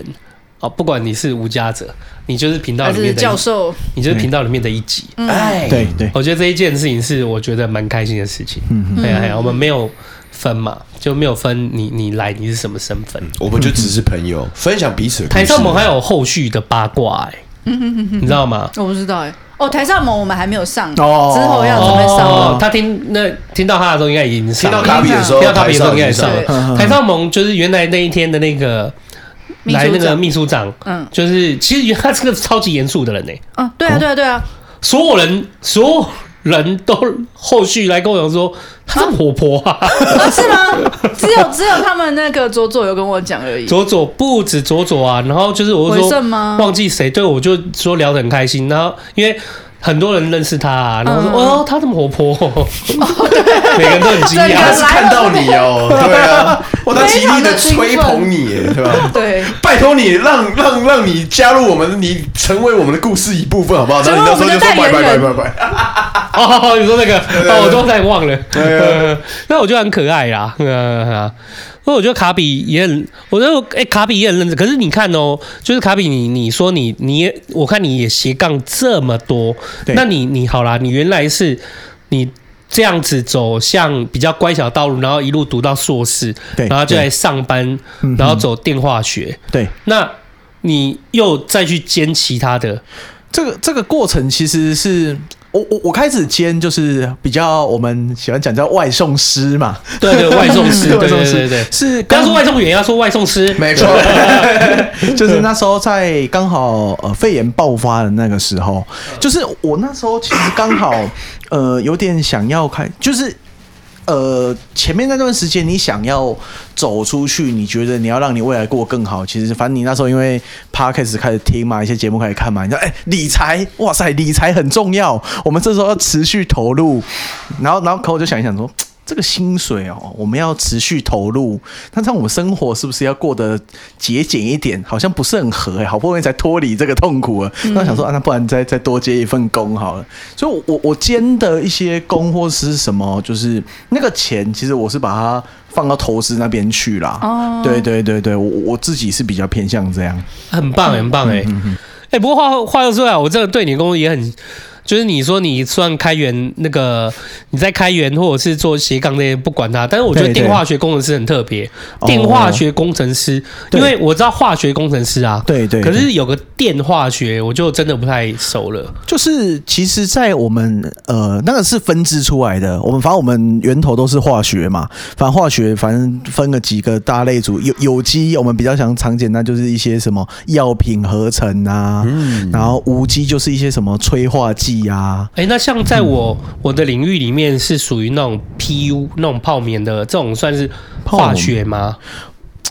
Speaker 3: 啊、哦不管你是无家者，你就是频道
Speaker 2: 还
Speaker 3: 里面
Speaker 2: 是
Speaker 3: 的
Speaker 2: 教
Speaker 3: 一，
Speaker 2: 授？
Speaker 3: 你就是频道里面的一集。
Speaker 4: 哎，
Speaker 6: 对对，
Speaker 3: 我觉得这一件事情是我觉得蛮开心的事情。
Speaker 6: 嗯
Speaker 3: 哎呀哎呀，我们没有分嘛，就没有分你你来你是什么身份。
Speaker 4: 我们就只是朋友，分享彼此的故事
Speaker 3: 台上我们还有后续的八卦、欸，你知道吗？
Speaker 5: 我不知道哎、哦，台少某我们还没有上，
Speaker 6: 哦
Speaker 5: 之后要准备上
Speaker 3: 哦
Speaker 5: 了。，
Speaker 3: 他听那听到他的时候应该已经
Speaker 4: 听
Speaker 3: 上
Speaker 4: 到
Speaker 3: 了
Speaker 4: 卡比的时候，
Speaker 3: 听到卡比的时候应该也
Speaker 4: 台
Speaker 3: 上
Speaker 4: 上已
Speaker 3: 了
Speaker 4: 经
Speaker 5: 对。
Speaker 6: 嗯
Speaker 3: 台上盟就是原来那一天的那个
Speaker 5: 秘书
Speaker 3: 来
Speaker 5: 长
Speaker 3: 那个秘书长，
Speaker 5: 嗯
Speaker 3: 就是其实原来他是个超级严肃的人呢、欸
Speaker 5: 啊，对啊，对啊，对啊，
Speaker 3: 所有人所有人都后续来跟我讲说他这么活泼啊，
Speaker 5: 啊是吗？ [laughs] 只有只有他们那个左左有跟我讲而已。
Speaker 3: 左左不止左左啊，然后就是我就
Speaker 5: 回
Speaker 3: 说
Speaker 5: 胜吗
Speaker 3: 忘记谁，对我就说聊得很开心，然后因为。很多人认识他、啊，然后说：“
Speaker 5: 嗯
Speaker 3: 哦，他这么活泼、哦， [laughs] 每个人都很惊
Speaker 5: 整个
Speaker 4: 他
Speaker 3: 讶
Speaker 4: 是。看到你哦，对啊，哇，他极力的吹捧你耶，对吧？
Speaker 5: 对，
Speaker 4: 拜托你，让让让你加入我们，你成为我们的故事一部分，好不好？
Speaker 5: 成
Speaker 4: 然
Speaker 5: 为
Speaker 4: 后你到时候就说
Speaker 5: 我
Speaker 4: 拜
Speaker 5: 们的代
Speaker 4: 拜拜
Speaker 5: 言人
Speaker 4: 拜拜，”
Speaker 3: 哦，你说那个，哦，我都在忘了。
Speaker 4: 对
Speaker 3: 呃 [laughs] 那我觉得很可爱啦，嗯，所以我觉得卡比也很，我觉得哎、卡比也很认真。可是你看哦，就是卡比你，你说你你也，我看你也斜杠这么多，
Speaker 6: 对
Speaker 3: 那你你好啦，你原来是你这样子走向比较乖巧的道路，然后一路读到硕士，
Speaker 6: 对
Speaker 3: 然后就来上班，
Speaker 6: 嗯哼
Speaker 3: 然后走电化学，
Speaker 6: 对。
Speaker 3: 那你又再去兼其他的，
Speaker 6: 这个这个过程其实是我我我开始兼就是比较我们喜欢讲叫外送师嘛，
Speaker 3: 对对，外送
Speaker 6: [laughs]
Speaker 3: 师，
Speaker 6: 外
Speaker 3: 对
Speaker 6: 送
Speaker 3: 对
Speaker 6: 师
Speaker 3: 对对，
Speaker 6: 是
Speaker 3: 不要
Speaker 6: 刚
Speaker 3: 说外送员，要说外送师，
Speaker 6: 没错， [laughs] 就是那时候在刚好呃肺炎爆发的那个时候，就是我那时候其实刚好呃有点想要开，就是呃前面那段时间你想要走出去，你觉得你要让你未来过得更好，其实反正你那时候因为 podcast 开始听嘛，一些节目开始看嘛，你说哎、理财，哇塞理财很重要，我们这时候要持续投入，然后然后可我就想一想说。这个薪水哦，我们要持续投入，那这样我们生活是不是要过得节俭一点？好像不是很合哎、好不容易才脱离这个痛苦了，
Speaker 3: 嗯
Speaker 6: 那我想说啊，那不然再再多接一份工好了。所以我，我我兼的一些工或是什么，就是那个钱，其实我是把它放到投资那边去啦。
Speaker 5: 哦
Speaker 6: 对对对对，我我自己是比较偏向这样。
Speaker 3: 很棒，很棒哎、
Speaker 6: 嗯
Speaker 3: 欸。哎、不过话话又说啊回来，我真的对你的工作也很，就是你说你算开源那个，你在开源或者是做斜杠那些，不管它。但是我觉得
Speaker 6: 对对
Speaker 3: 电化学工程师很特别，
Speaker 6: 哦
Speaker 3: 电化学工程师，
Speaker 6: 对
Speaker 3: 因为我知道化学工程师啊，
Speaker 6: 对对
Speaker 3: 可是有个电化学，我就真的不太熟了。
Speaker 6: 就是其实，在我们呃那个是分支出来的，我们反正我们源头都是化学嘛，反正化学反正分个几个大类组，有有机我们比较想常简单就是一些什么药品合成啊，然后无机就是一些什么催化剂啊，
Speaker 3: 哎、那像在我、
Speaker 6: 嗯
Speaker 3: 我的领域里面是属于那种 PU 那种泡棉的这种，算是化学吗？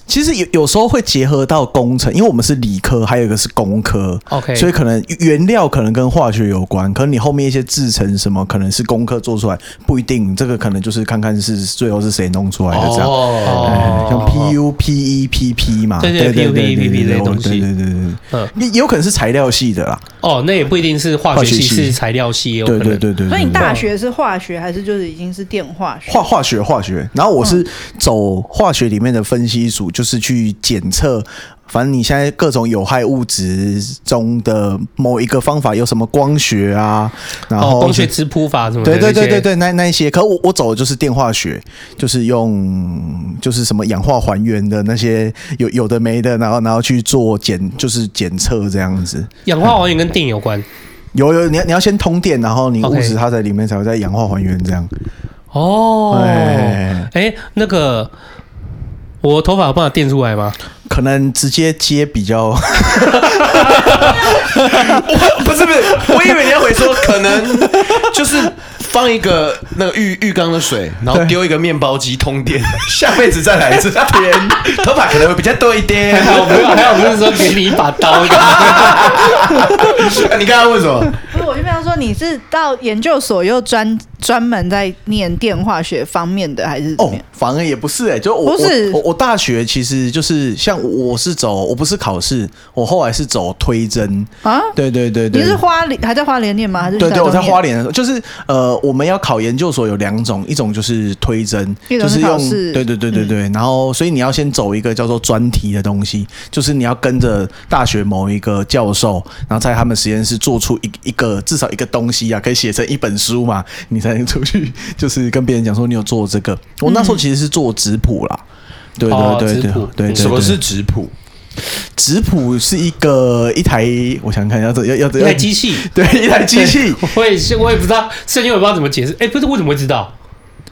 Speaker 6: 其实有有时候会结合到工程，因为我们是理科，还有一个是工科
Speaker 3: OK
Speaker 6: 所以可能原料可能跟化学有关，可能你后面一些制成什么可能是工科做出来，不一定，这个可能就是看看是最后是谁弄出来的这样。
Speaker 3: 哦
Speaker 6: 哎像 PU、PE、PP E 嘛，
Speaker 3: 对对
Speaker 6: 对
Speaker 3: PU
Speaker 6: 对
Speaker 3: PP E 这些
Speaker 6: 对
Speaker 3: 东西
Speaker 6: 对对对对
Speaker 3: 嗯
Speaker 6: 对，也也有可能是材料系的啦，
Speaker 3: 哦，那也不一定是化学
Speaker 6: 化
Speaker 3: 系，
Speaker 6: 学系
Speaker 3: 是材料系也有可
Speaker 6: 对
Speaker 3: 能。
Speaker 6: 对对对。对
Speaker 5: 所以你
Speaker 6: 对
Speaker 5: 大学是化学还是就是已经是电化学？
Speaker 6: 化化学化学，然后
Speaker 5: 嗯
Speaker 6: 我是走化学里面的分析组，就是去检测，反正你现在各种有害物质中的某一个方法有什么光学啊，然
Speaker 3: 哦，
Speaker 6: 后
Speaker 3: 光学质谱法什么的
Speaker 6: 对
Speaker 3: 那些，
Speaker 6: 对对对对，那那一些，可我我走的就是电化学，就是用就是什么氧化还原的那些有有的没的，然后然后去做检，就是检测这样子。
Speaker 3: 氧化还原跟电有关。
Speaker 6: 有有，你要你要先通电，然后你
Speaker 3: OK
Speaker 6: 物质它在里面才会再氧化还原这样。
Speaker 3: 哦，哎、
Speaker 6: 哎，
Speaker 3: 那个我头发有办法电出来吗？ [laughs]
Speaker 6: 可能直接接比较，
Speaker 4: [laughs]
Speaker 6: [laughs]
Speaker 4: 不是不是，我以为你要回说可能就是放一个那个浴浴缸的水，然后丢一个面包机通电， [laughs] 下辈子再来一次。天，头发可能会比较多一点。 [laughs]
Speaker 3: 我没有，还有不是说给你一把刀
Speaker 4: 你刚刚问什么？
Speaker 5: 不是，我就跟他说你是到研究所又专专门在念电化学方面的，还是怎么
Speaker 6: 哦
Speaker 5: 样？，
Speaker 6: 反而也不是哎、就
Speaker 5: 不
Speaker 6: 我
Speaker 5: 是
Speaker 6: 我我我大学其实就是像我是走，我不是考试，我后来是走推甄。
Speaker 3: 哦
Speaker 5: 啊？
Speaker 6: 对对对对，
Speaker 5: 你是花莲还在花莲念吗？还是
Speaker 6: 对对，我在花
Speaker 5: 莲？
Speaker 6: 莲的时候，就是呃，我们要考研究所有两种，一种就是推甄，
Speaker 5: 一种
Speaker 6: 就是是
Speaker 5: 考
Speaker 6: 用
Speaker 5: 试嗯
Speaker 6: 对对对对对，然后所以你要先走一个叫做专题的东西，就是你要跟着大学某一个教授，然后在他们实验室做出一一个至少一个东西啊，可以写成一本书嘛，你才能出去，就是跟别人讲说你有做这个。我那时候其实是做质谱啦。对
Speaker 3: 哦
Speaker 6: 对
Speaker 3: 质
Speaker 6: 对对
Speaker 3: 谱
Speaker 6: 对对，
Speaker 4: 什么
Speaker 6: 对
Speaker 4: 是质谱？
Speaker 6: 质谱？是一个一台，我想想看要怎要要
Speaker 3: [laughs] 一台
Speaker 6: 要
Speaker 3: 机器，
Speaker 6: [laughs] 对一台机器，
Speaker 3: 我也是，我也不知道，甚至我也不知道怎么解释。哎、不是，我怎么会知道？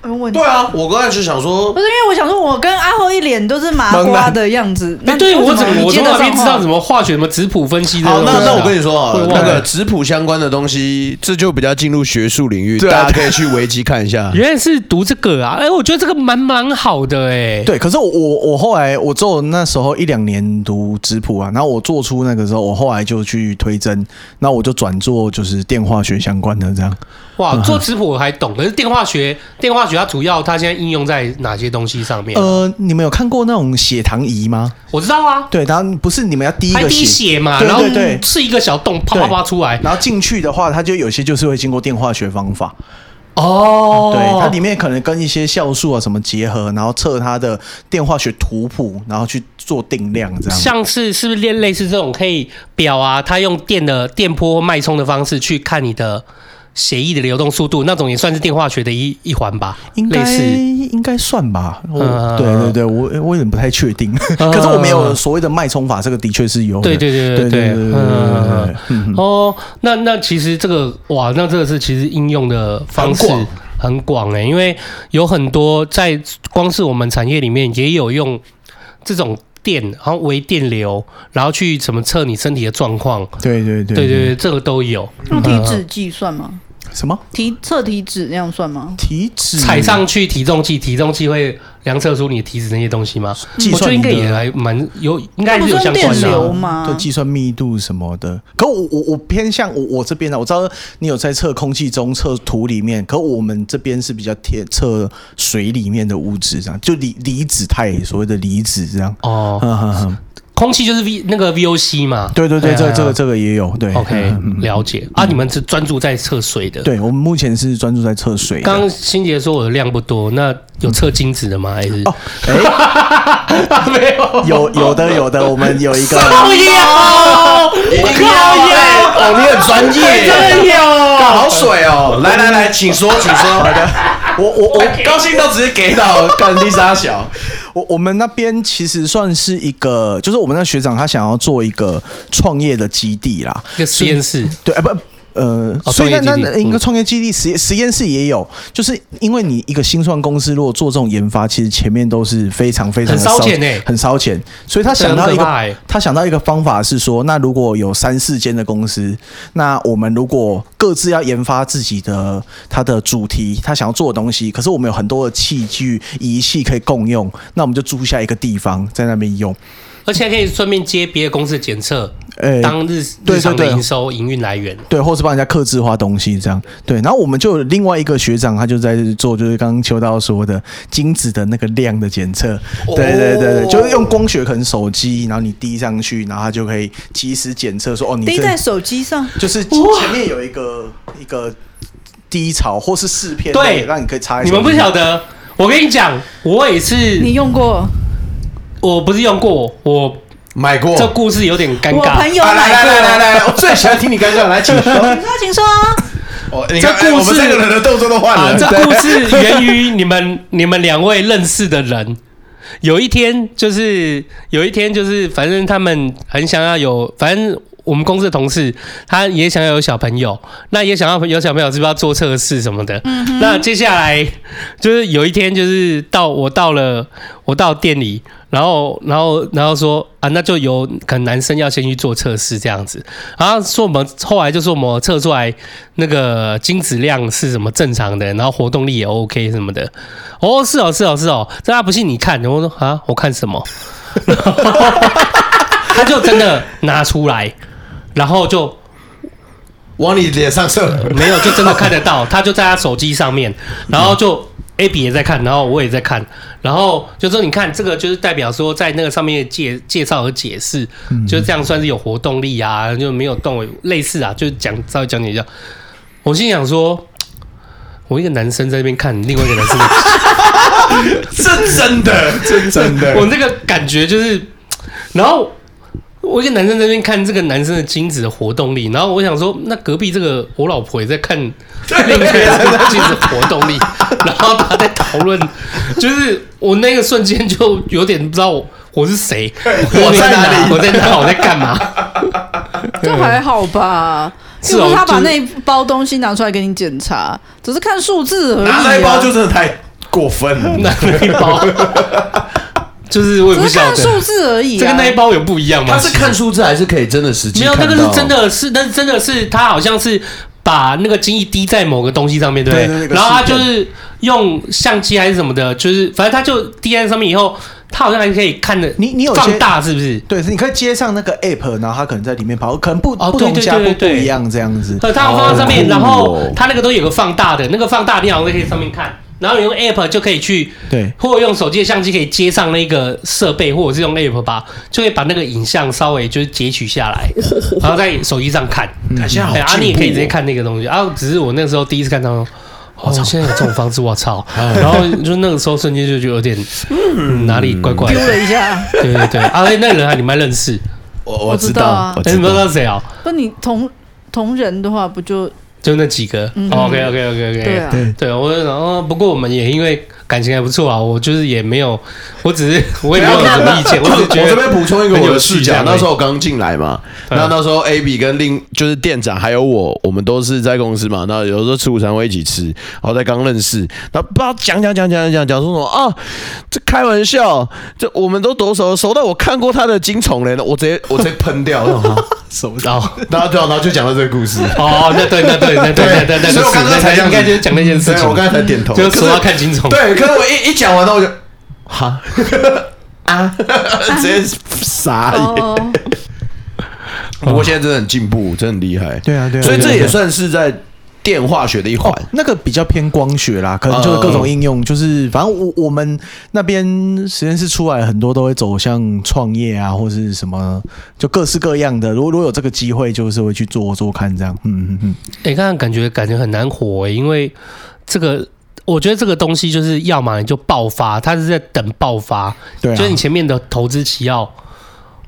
Speaker 5: 嗯问你
Speaker 4: 对啊，我刚才就想说
Speaker 5: 不，是因为我想说，我跟阿后一脸都是麻瓜的样子。
Speaker 3: 哎、
Speaker 5: 那
Speaker 3: 对我
Speaker 5: 为
Speaker 3: 怎
Speaker 5: 什
Speaker 3: 么我
Speaker 5: 你接
Speaker 3: 从
Speaker 5: 得
Speaker 3: 哪边
Speaker 5: 上
Speaker 3: 知道
Speaker 5: 话
Speaker 3: 什？么化学、什么质谱分析的？
Speaker 4: 好，那那我跟你说啊
Speaker 3: 会，忘
Speaker 4: 那个
Speaker 3: 了
Speaker 4: 质谱相关的东西，这就比较进入学术领域，
Speaker 6: 对啊
Speaker 4: 大家可以去维基看一 [laughs] 下。
Speaker 3: 原来是读这个啊！哎、我觉得这个蛮蛮好的哎、
Speaker 6: 对，可是我我我后来我做那时候一两年读质谱啊，然后我做出那个时候，我后来就去推甄，那我就转做就是电化学相关的这样。嗯
Speaker 3: 哇，做质谱我还懂，可是电化学，电化学它主要它现在应用在哪些东西上面？
Speaker 6: 呃，你们有看过那种血糖仪吗？
Speaker 3: 我知道啊，
Speaker 6: 对，然后不是你们要滴一
Speaker 3: 还
Speaker 6: 个
Speaker 3: 滴
Speaker 6: 血，
Speaker 3: 血嘛，
Speaker 6: 对
Speaker 3: 然后
Speaker 6: 对对
Speaker 3: 是一个小洞，啪啪啪出来。
Speaker 6: 然后进去的话，它就有些就是会经过电化学方法，
Speaker 3: 哦，
Speaker 6: 对，它里面可能跟一些酵素啊什么结合，然后测它的电化学图谱，然后去做定量这样。
Speaker 3: 像是是不是类类似这种可以表啊？它用电的电波脉冲的方式去看你的血液的流动速度，那种也算是电化学的一一环吧，
Speaker 6: 应
Speaker 3: 类
Speaker 6: 该
Speaker 3: 似。
Speaker 6: 应该算吧。我
Speaker 3: 嗯
Speaker 6: 对对对，我我有点不太确定， [laughs] 可是我们有所谓的脉冲法，这个的确是有的。
Speaker 3: 对对对对对，
Speaker 6: 对对
Speaker 3: 嗯嗯
Speaker 6: 对对
Speaker 3: 嗯嗯哦，那那其实这个哇，那这个是其实应用的方式
Speaker 4: 很广
Speaker 3: 很广哎、因为有很多在光是我们产业里面也有用这种电，然后微电流，然后去怎么测你身体的状况，
Speaker 6: 对对对
Speaker 3: 对对对，这个都有。
Speaker 5: 用体脂计算吗？
Speaker 6: 什么
Speaker 5: 体测体脂那样算吗？
Speaker 6: 体脂
Speaker 3: 踩上去体重计，体重计会量测出你的体脂那些东西吗？
Speaker 6: 计
Speaker 3: 我觉
Speaker 6: 算
Speaker 3: 得
Speaker 6: 你
Speaker 3: 应
Speaker 6: 的
Speaker 3: 该也还蛮有，应该还是有相
Speaker 5: 那不
Speaker 3: 关
Speaker 5: 是
Speaker 3: 的
Speaker 5: 用电流
Speaker 3: 啊、
Speaker 5: 吗
Speaker 6: 对，计算密度什么的。可我我我偏向我我这边啊的，我知道你有在测空气中、测土里面，可我们这边是比较贴测水里面的物质，这样就离离子态，所谓的离子这样。
Speaker 3: 哦，
Speaker 6: 嗯哼哼，
Speaker 3: 空气就是 V 那个 VOC 嘛。
Speaker 6: 对对对，这
Speaker 3: 哎
Speaker 6: 个
Speaker 3: 呀
Speaker 6: 这个这个也有对。
Speaker 3: OK
Speaker 6: 嗯嗯嗯
Speaker 3: 了解啊，你们是专注在测水的。，
Speaker 6: 对我们目前是专注在测水的。
Speaker 3: 刚刚欣杰说我的量不多，那有测精子的吗？还是
Speaker 6: 哦，哎，
Speaker 3: [laughs] 没有？
Speaker 6: [laughs] 有有的有的，我们有一
Speaker 3: [laughs]
Speaker 6: 个
Speaker 3: 靠腰，靠腰，
Speaker 4: 哦，你很专
Speaker 3: 真的有。
Speaker 4: 业，干好水 [laughs] 哦！来来来，请说，请说。好的，我我我高兴到直接给到 [laughs] 干丽莎小，
Speaker 6: 我我们那边其实算是一个，就是我们那学长他想要做一个创业的基地啦，
Speaker 3: 一个实验室，
Speaker 6: 对，啊不。呃，
Speaker 3: 哦
Speaker 6: 所以
Speaker 3: 创
Speaker 6: 那
Speaker 3: 业基地
Speaker 6: 那一个
Speaker 3: 嗯
Speaker 6: 创业基地实验实验室也有，就是因为你一个新创公司如果做这种研发，其实前面都是非常非常
Speaker 3: 很
Speaker 6: 的
Speaker 3: 烧钱欸
Speaker 6: 很烧钱。所以他想到一
Speaker 3: 这很可怕欸
Speaker 6: 个，他想到一个方法是说，那如果有三四间的公司，那我们如果各自要研发自己的它的主题，他想要做的东西，可是我们有很多的器具仪器可以共用，那我们就租下一个地方在那边用。
Speaker 3: 而且还可以顺便接别的公司的检测，
Speaker 6: 呃，
Speaker 3: 当日
Speaker 6: 对
Speaker 3: 日常的
Speaker 6: 对对
Speaker 3: 营收营运来源。
Speaker 6: 对，或是帮人家刻制化东西这样。对，然后我们就有另外一个学长，他就在做，就是刚刚秋刀说的精子的那个量的检测。对对对对，就是用光学可能手机，然后你滴上去，然后它就可以及时检测说哦，你
Speaker 5: 滴
Speaker 6: 这
Speaker 5: 在手机上，
Speaker 6: 就是前面有一个一个低潮或是试片，
Speaker 3: 对
Speaker 6: 让你可以插。
Speaker 3: 你们不晓。得，我跟你讲，我也是，
Speaker 5: 你用过？
Speaker 3: 我不是用过，我
Speaker 4: 买过。
Speaker 3: 这故事有点尴
Speaker 5: 我朋
Speaker 3: 尬。
Speaker 5: 友
Speaker 4: 啊来来
Speaker 5: 买
Speaker 4: 来来
Speaker 5: 过。
Speaker 4: 来，我最喜欢听你刚刚来，请说。
Speaker 5: 请说，请说。
Speaker 4: 哦，你看
Speaker 3: 这故事
Speaker 4: 哎我们三个人的动作都换
Speaker 3: 啊，
Speaker 4: 了，
Speaker 3: 这故事源于你们你们两位认识的人。有一天，就是有一天，就是反正他们很想要有，反正我们公司的同事他也想要有小朋友，那也想要有小朋友，是不是要做测试什么的？那接下来就是有一天，就是到我到了我到店里，然后然后然后说啊，那就有可能男生要先去做测试这样子，然后说我们后来就说我们测出来那个精子量是什么正常的，然后活动力也 OK 什么的。哦，是哦，是哦，是哦。这他不信你看，我说啊，我看什么？ [laughs] 他就真的拿出来，然后就
Speaker 4: 往你脸上射。
Speaker 3: 没有，就真的看得到。他就在他手机上面，然后就 A B 也在看，然后我也在看，然后就说你看这个就是代表说在那个上面的介介绍和解释，就这样算是有活动力啊，就没有动类似啊，就讲稍微讲解一下。我心想说，我一个男生在那边看，另外一个男生在看。
Speaker 4: 是真的，是真的
Speaker 3: [laughs] 我那个感觉就是，然后我一个男生在那边看这个男生的精子的活动力，然后我想说，那隔壁这个我老婆也在看 [laughs] 另一个人的精子活动力，然后他在讨论，就是我那个瞬间就有点不知道我我是谁， [laughs] 我在哪，我在哪，我在干嘛？
Speaker 5: 这还好吧，
Speaker 3: 是
Speaker 5: 又
Speaker 3: 哦
Speaker 5: 不是他把
Speaker 3: 就是
Speaker 5: 那一包东西拿出来给你检查，只是看数字而已、啊。
Speaker 4: 拿那一包就真的太过分了。
Speaker 3: 那那一包， [laughs] 就是我也不
Speaker 5: 只是
Speaker 3: 晓
Speaker 5: 看
Speaker 3: 得，
Speaker 5: 数字而已、啊。
Speaker 3: 这跟那一包有不一样吗？
Speaker 4: 他是看数字还是可以真的实际
Speaker 3: 没有，
Speaker 4: 看到？
Speaker 3: 那个是真的是，那是真的是他好像是把那个精液滴在某个东西上面，对不对？
Speaker 6: 对对那个
Speaker 3: 然后他就是用相机还是什么的，就是反正他就滴在上面以后，他好像还可以看的，
Speaker 6: 你你有些
Speaker 3: 放大是不是？
Speaker 6: 对，你可以接上那个 app，然后它可能在里面跑，可能不、
Speaker 3: 哦
Speaker 6: 不
Speaker 3: 对
Speaker 6: 同
Speaker 3: 对
Speaker 6: 家
Speaker 3: 对
Speaker 6: 不
Speaker 3: 对
Speaker 6: 不
Speaker 3: 对
Speaker 6: 一样这样子。
Speaker 3: 呃，它放在上面，
Speaker 4: 哦
Speaker 3: 然后它那个都有个放大的，那个放大你好像可以上面看，然后你用 app 就可以去，
Speaker 6: 对
Speaker 3: 或用手机的相机可以接上那个设备，或者是用 app 吧，就可以把那个影像稍微就是截取
Speaker 5: [laughs]
Speaker 3: 下来，然后在手机上看。
Speaker 4: 看现在好
Speaker 3: 哎，啊，
Speaker 4: 进
Speaker 3: 你也可以
Speaker 4: 步
Speaker 3: 直接看那个东西啊。只是我那时候第一次看到，哦，现在有这种方式，我操！然后就那个时候瞬间就就有点嗯哪里怪怪
Speaker 5: 丢了
Speaker 3: 的。
Speaker 5: 一下，
Speaker 3: 对对对，啊，那人还你们还认识？
Speaker 4: 我我
Speaker 5: 我知道啊
Speaker 3: 哎，你们知道谁啊？
Speaker 5: 不，你同同人的话，不就
Speaker 3: 就那几个。OK 哦 OK OK OK，
Speaker 5: 嗯对啊
Speaker 3: [laughs] 对，我就想哦，不过我们也因为感情还不错啊，我就是也没有，我只是我也没有什么意见，我只是觉
Speaker 4: 我
Speaker 3: 得
Speaker 4: 这边补充一个我的
Speaker 3: 很有
Speaker 4: 视角，
Speaker 3: 趣这样而已
Speaker 4: 那时候我刚进来嘛，
Speaker 3: 嗯
Speaker 4: 那那时候 AB 跟另就是店长还有我，我们都是在公司嘛，那有时候吃午餐会一起吃，然后在刚认识，那不知道讲讲讲讲讲讲说什么啊，这开玩笑，这我们都多熟熟到我看过他的金虫嘞，我直接我直接喷掉，然
Speaker 3: [laughs]
Speaker 4: 后
Speaker 6: 什么？
Speaker 4: [laughs]
Speaker 3: 哦
Speaker 4: 然后对啊然后就讲到这个故事，
Speaker 3: 哦，那对那对那对那对那，
Speaker 4: 所以我刚刚才这
Speaker 3: 应
Speaker 4: 样
Speaker 3: 该就是讲那件事
Speaker 4: 对
Speaker 3: 情，
Speaker 4: 我刚才才点头，
Speaker 3: 就
Speaker 4: 可
Speaker 3: 说
Speaker 4: 是
Speaker 3: 要看金虫，
Speaker 4: 对，可是我一一讲完，那我就哈啊， [laughs] 直接傻眼。
Speaker 5: 哦，
Speaker 4: 不过现在真的很进步，真的很厉害。
Speaker 6: 对啊对啊
Speaker 4: 所以
Speaker 6: 对
Speaker 4: 这
Speaker 6: 啊对
Speaker 4: 也
Speaker 6: 啊
Speaker 4: 算是在电化学的一环
Speaker 6: 哦。，那个比较偏光学啦，
Speaker 3: 嗯
Speaker 6: 可能就是各种应用，就是反正我我们那边实验室出来很多都会走向创业啊，或是什么，就各式各样的。如果如果有这个机会，就是会去做做看这样。嗯嗯嗯，
Speaker 3: 哎、刚刚感觉感觉很难活、欸，因为这个，我觉得这个东西就是要么你就爆发，它是在等爆发，
Speaker 6: 对
Speaker 3: 就是你
Speaker 6: 啊，
Speaker 3: 前面的投资期要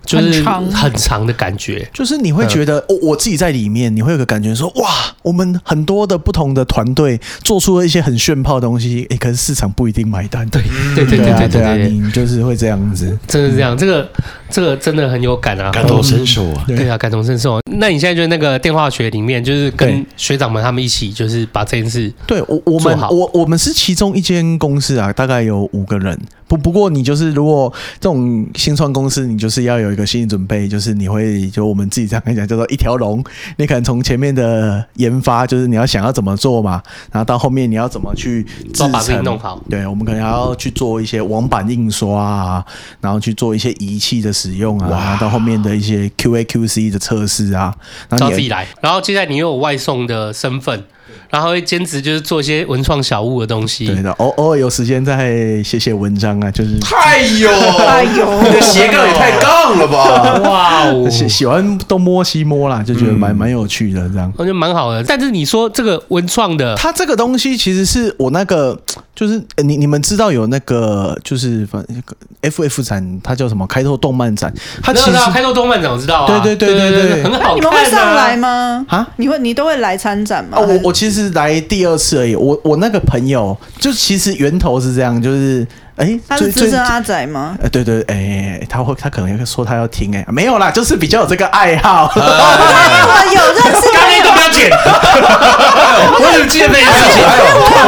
Speaker 3: 就是
Speaker 5: 很长
Speaker 3: 很长的感觉。
Speaker 6: 就是你会觉
Speaker 3: 嗯
Speaker 6: 得，我、哦我自己在里面，你会有个感觉说，哇，我们很多的不同的团队做出了一些很炫炮的东西，诶，可是市场不一定买单。对
Speaker 4: 嗯
Speaker 3: 对对对
Speaker 6: 啊
Speaker 3: 对对
Speaker 6: 对啊，
Speaker 3: 对，
Speaker 6: 你就是会这样子。
Speaker 3: 真的是这样，这个这个真的很有感啊，
Speaker 4: 身手啊！
Speaker 3: 对啊，感同身受。那你现在就那个电话学里面，就是跟
Speaker 6: 对
Speaker 3: 学长们他们一起，就是把这件事
Speaker 6: 对我我
Speaker 3: 做
Speaker 6: 们
Speaker 3: 好
Speaker 6: 我我们是其中一间公司啊，大概有五个人。不不过你就是如果这种新创公司，你就是要有一个心理准备，就是你会就我们自己这样跟你讲叫做一条龙，你可能从前面的研发，就是你要想要怎么做嘛，然后到后面你要怎么去制
Speaker 3: 都把自己
Speaker 6: 成
Speaker 3: 弄好。
Speaker 6: 对，我们可能要去做一些网版印刷啊，然后去做一些仪器的使用啊，然后到后面的一些 QA QC 的测试啊，然后
Speaker 3: 照
Speaker 6: 你
Speaker 3: 自己来，然后接下来你又有外送的身份，然后会兼职就是做一些文创小物的东西。
Speaker 6: 对的，偶偶尔哦有时间再写写文章啊，就是
Speaker 4: 哎呦，
Speaker 5: 哎呦
Speaker 4: 你的斜杠也太杠了吧！
Speaker 3: 哇
Speaker 6: [laughs]
Speaker 3: 哦，
Speaker 6: 喜喜欢东摸西摸啦，就觉得蛮蛮、有趣的这样。
Speaker 3: 我觉得蛮好的。但是你说这个文创的，
Speaker 6: 它这个东西其实是我那个，就是呃你你们知道有那个就是反 F F 展，它叫什么开拓动漫展，它其
Speaker 3: 那
Speaker 6: 实
Speaker 3: 个开拓动漫展我知道啊，
Speaker 6: 对对对
Speaker 3: 对
Speaker 6: 对对
Speaker 3: 很好看、啊。
Speaker 5: 你们会上来？吗？
Speaker 6: 啊
Speaker 5: 你会你都会来参展吗？
Speaker 6: 啊，我我其实来第二次而已。我我那个朋友就其实源头是这样，就是哎，
Speaker 5: 他
Speaker 6: 最
Speaker 5: 是
Speaker 6: 最
Speaker 5: 资深啊阿仔吗？
Speaker 6: 呃，对对，哎，他会，他可能会说他要听，哎，没有啦，就是比较有这个爱好。
Speaker 5: 哎我有认识
Speaker 3: 刚才都不要
Speaker 6: [laughs]
Speaker 3: 剪，我怎么记得这件事情？